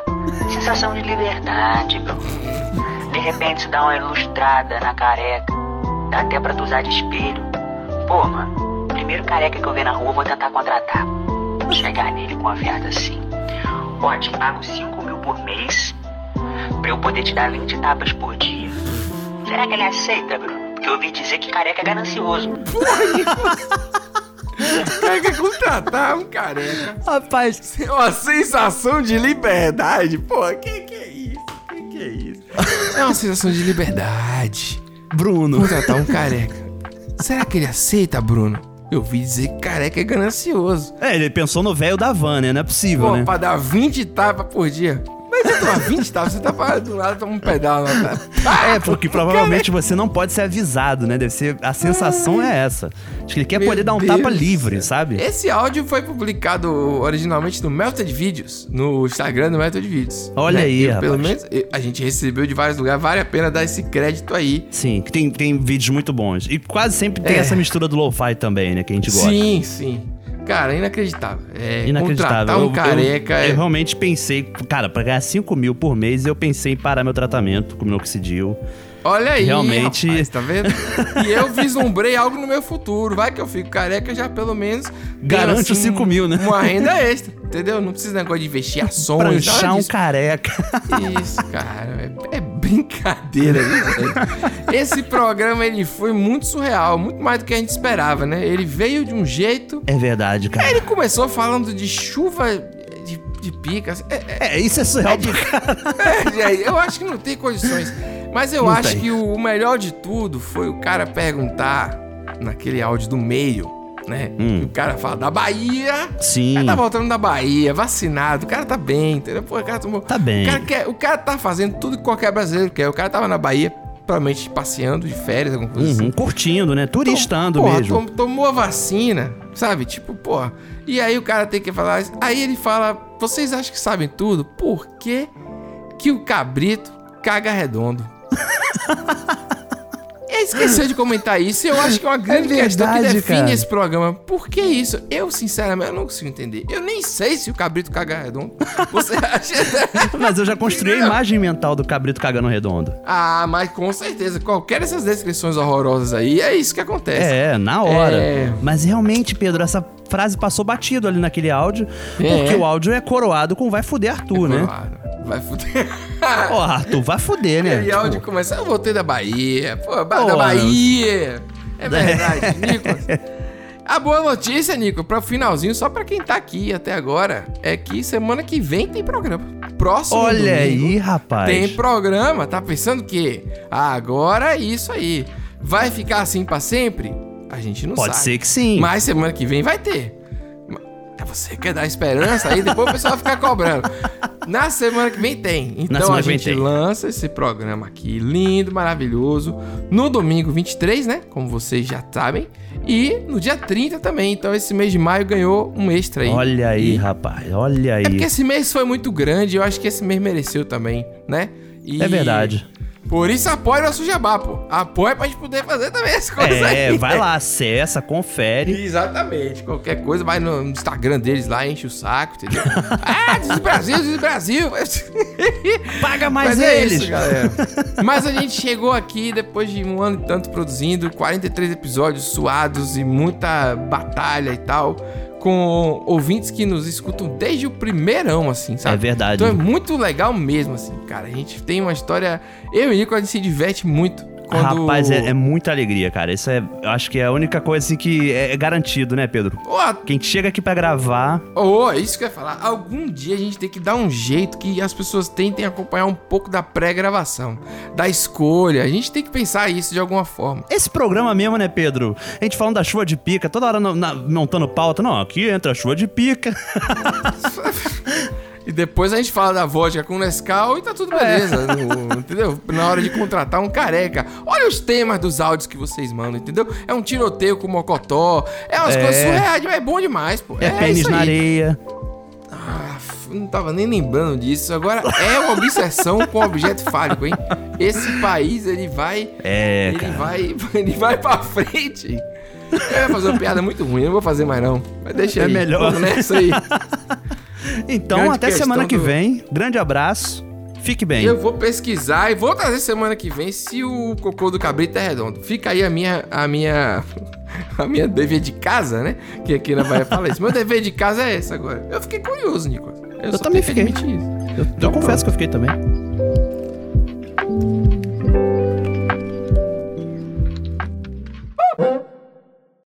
Sensação de liberdade, bro. De repente se dá uma ilustrada na careca. Dá até pra tu usar de espelho. Pô, mano, primeiro careca que eu ver na rua eu vou tentar contratar. Vou Chegar nele com uma verda assim. Ó, te pago 5 mil por mês pra eu poder te dar 20 tapas por dia. Será que ele aceita, Bruno? Porque eu ouvi dizer que careca é ganancioso. Pega contratar um careca. É Rapaz. Uma sensação de liberdade. Pô, que que é isso? Que que é isso? É uma sensação de liberdade. Bruno. Contratar um careca. Será que ele aceita, Bruno? Eu ouvi dizer que careca é ganancioso. É, ele pensou no velho da van, né? Não é possível, Pô, né? pra dar 20 tapas por dia. Mas você toma 20 tapas, você tá pra- do lado, toma um pedal. lá, Tá? É, porque provavelmente você não pode ser avisado, né? Deve ser. A sensação é essa. Acho que ele quer Meu poder dar um Deus tapa do livre, sabe? Esse áudio foi publicado originalmente no Melted Videos, no Instagram do Melted Videos. Né? Olha aí, Eu, Pelo rapaz. menos eu- a gente recebeu de vários lugares, vale a pena dar esse crédito aí. Sim, que tem, tem vídeos muito bons. E quase sempre tem É. essa mistura do lo-fi também, né? Que a gente gosta. Sim, sim. Cara, inacreditável. É, Inacreditável. Contratar um Eu- eu- careca é... Eu, realmente pensei, cara, pra ganhar 5 mil por mês, eu pensei em parar meu tratamento com minoxidil. Olha aí, Realmente. rapaz, tá vendo? e eu vislumbrei algo no meu futuro. Vai que eu fico careca, já pelo menos... tenho, Garante os 5 mil, né? Uma renda extra, entendeu? Não precisa negócio de investir ações. nada Pranchar um disso. careca. Isso, cara. É, é brincadeira, né? velho? Esse programa, ele foi muito surreal. Muito mais do que a gente esperava, né? Ele veio de um jeito... É verdade, cara. Ele começou falando de chuva de, de assim, picas. É, isso é surreal de É, eu acho que não tem condições. Mas eu Não acho tem. que o, o melhor de tudo foi o cara perguntar naquele áudio do meio, né? Hum. O cara fala da Bahia. O Sim. cara tá voltando da Bahia, vacinado, o cara tá bem, entendeu? Pô, o cara tomou. Tá bem. O cara, quer- o cara tá fazendo tudo que qualquer brasileiro quer. O cara tava na Bahia, provavelmente passeando de férias, alguma coisa assim. Uhum, curtindo, né? Turistando Porra, mesmo. tom- tomou a vacina, sabe? Tipo, porra. E aí o cara tem que falar. isso. Aí ele fala: vocês acham que sabem tudo? Por que, que o cabrito caga redondo? Ele Esqueceu de comentar isso, e eu acho que é uma grande questão que verdade, define cara. esse programa. Por que isso? Eu, sinceramente, eu não consigo entender. Eu nem sei se o cabrito caga redondo. Você acha. Mas eu já construí a imagem mental do cabrito cagando redondo. Ah, mas com certeza, qualquer dessas descrições horrorosas aí, é isso que acontece. É, na hora. É. Mas realmente, Pedro, essa frase passou batido ali naquele áudio, É. porque o áudio é coroado com Vai Fuder Arthur, né? Vai fuder. Ó, Arthur, vai fuder, né? E Tipo, áudio começa, eu voltei da Bahia, pô, ba- da Porra. Bahia. É verdade, Nicolas. A boa notícia, Nico, para o finalzinho, só pra quem tá aqui até agora, é que semana que vem tem programa. Próximo Olha domingo aí, rapaz. tem programa, tá pensando que agora é isso aí. Vai ficar assim pra sempre? A gente não Pode sabe. ser que sim. Mas semana que vem vai ter. É você que quer dar esperança aí, depois o pessoal fica cobrando. Na semana que vem tem. Então semana a que vem gente tem. lança esse programa aqui, lindo, maravilhoso. No domingo 23, né? Como vocês já sabem. E no dia 30 também. Então esse mês de maio ganhou um extra aí. Olha aí, E rapaz, olha aí. é porque esse mês foi muito grande, eu acho que esse mês mereceu também, né? E É verdade. Por isso apoia o nosso jabá, pô. Apoia pra gente poder fazer também as coisas É, aí. vai lá, acessa, confere. Exatamente. Qualquer coisa, vai no Instagram deles lá, enche o saco, entendeu? ah, diz o Brasil, diz o Brasil. Paga mais Mas é eles. isso, galera. Mas a gente chegou aqui depois de um ano e tanto produzindo, 43 episódios suados e muita batalha e tal, com ouvintes que nos escutam desde o primeirão, assim, sabe? É verdade. Então é muito legal mesmo, assim, cara. A gente tem uma história. Eu e o Nico, a gente se diverte muito. Quando... Rapaz, é, é muita alegria, cara. Isso é, eu acho que é a única coisa assim que é, é garantido, né, Pedro? Ó. Quem chega aqui pra gravar, Oh, isso que eu ia falar. Algum dia a gente tem que dar um jeito que as pessoas tentem acompanhar um pouco da pré-gravação, da escolha. A gente tem que pensar isso de alguma forma. Esse programa mesmo, né, Pedro? A gente falando da chuva de pica, toda hora na- na- montando pauta. Não, aqui entra a chuva de pica. E depois a gente fala da vodka com Nescau e tá É. tudo beleza. no- entendeu? Na hora de contratar um careca. Olha os temas dos áudios que vocês mandam, entendeu? É um tiroteio com mocotó. É umas É. coisas surreais, mas é bom demais, pô. É, pênis isso na aí. areia. Ah, f- não tava nem lembrando disso. Agora é uma obsessão com objeto fálico, hein? Esse país, ele vai. É, ele cara. vai. Ele vai pra frente. Eu ia fazer uma piada muito ruim, eu não vou fazer mais não. Mas deixa É aí. melhor. Vamos nessa aí. Então, Grande até questão semana que do- vem. Grande abraço. Fique bem. Eu vou pesquisar e vou trazer semana que vem se o cocô do cabrito é redondo. Fica aí a minha. A minha. A minha dever de casa, né? Que aqui na Bahia fala isso. Meu dever de casa é esse agora. Eu fiquei curioso, Nicolas. Eu, só também tenho que fiquei. admitir isso. Eu, eu confesso que eu fiquei também.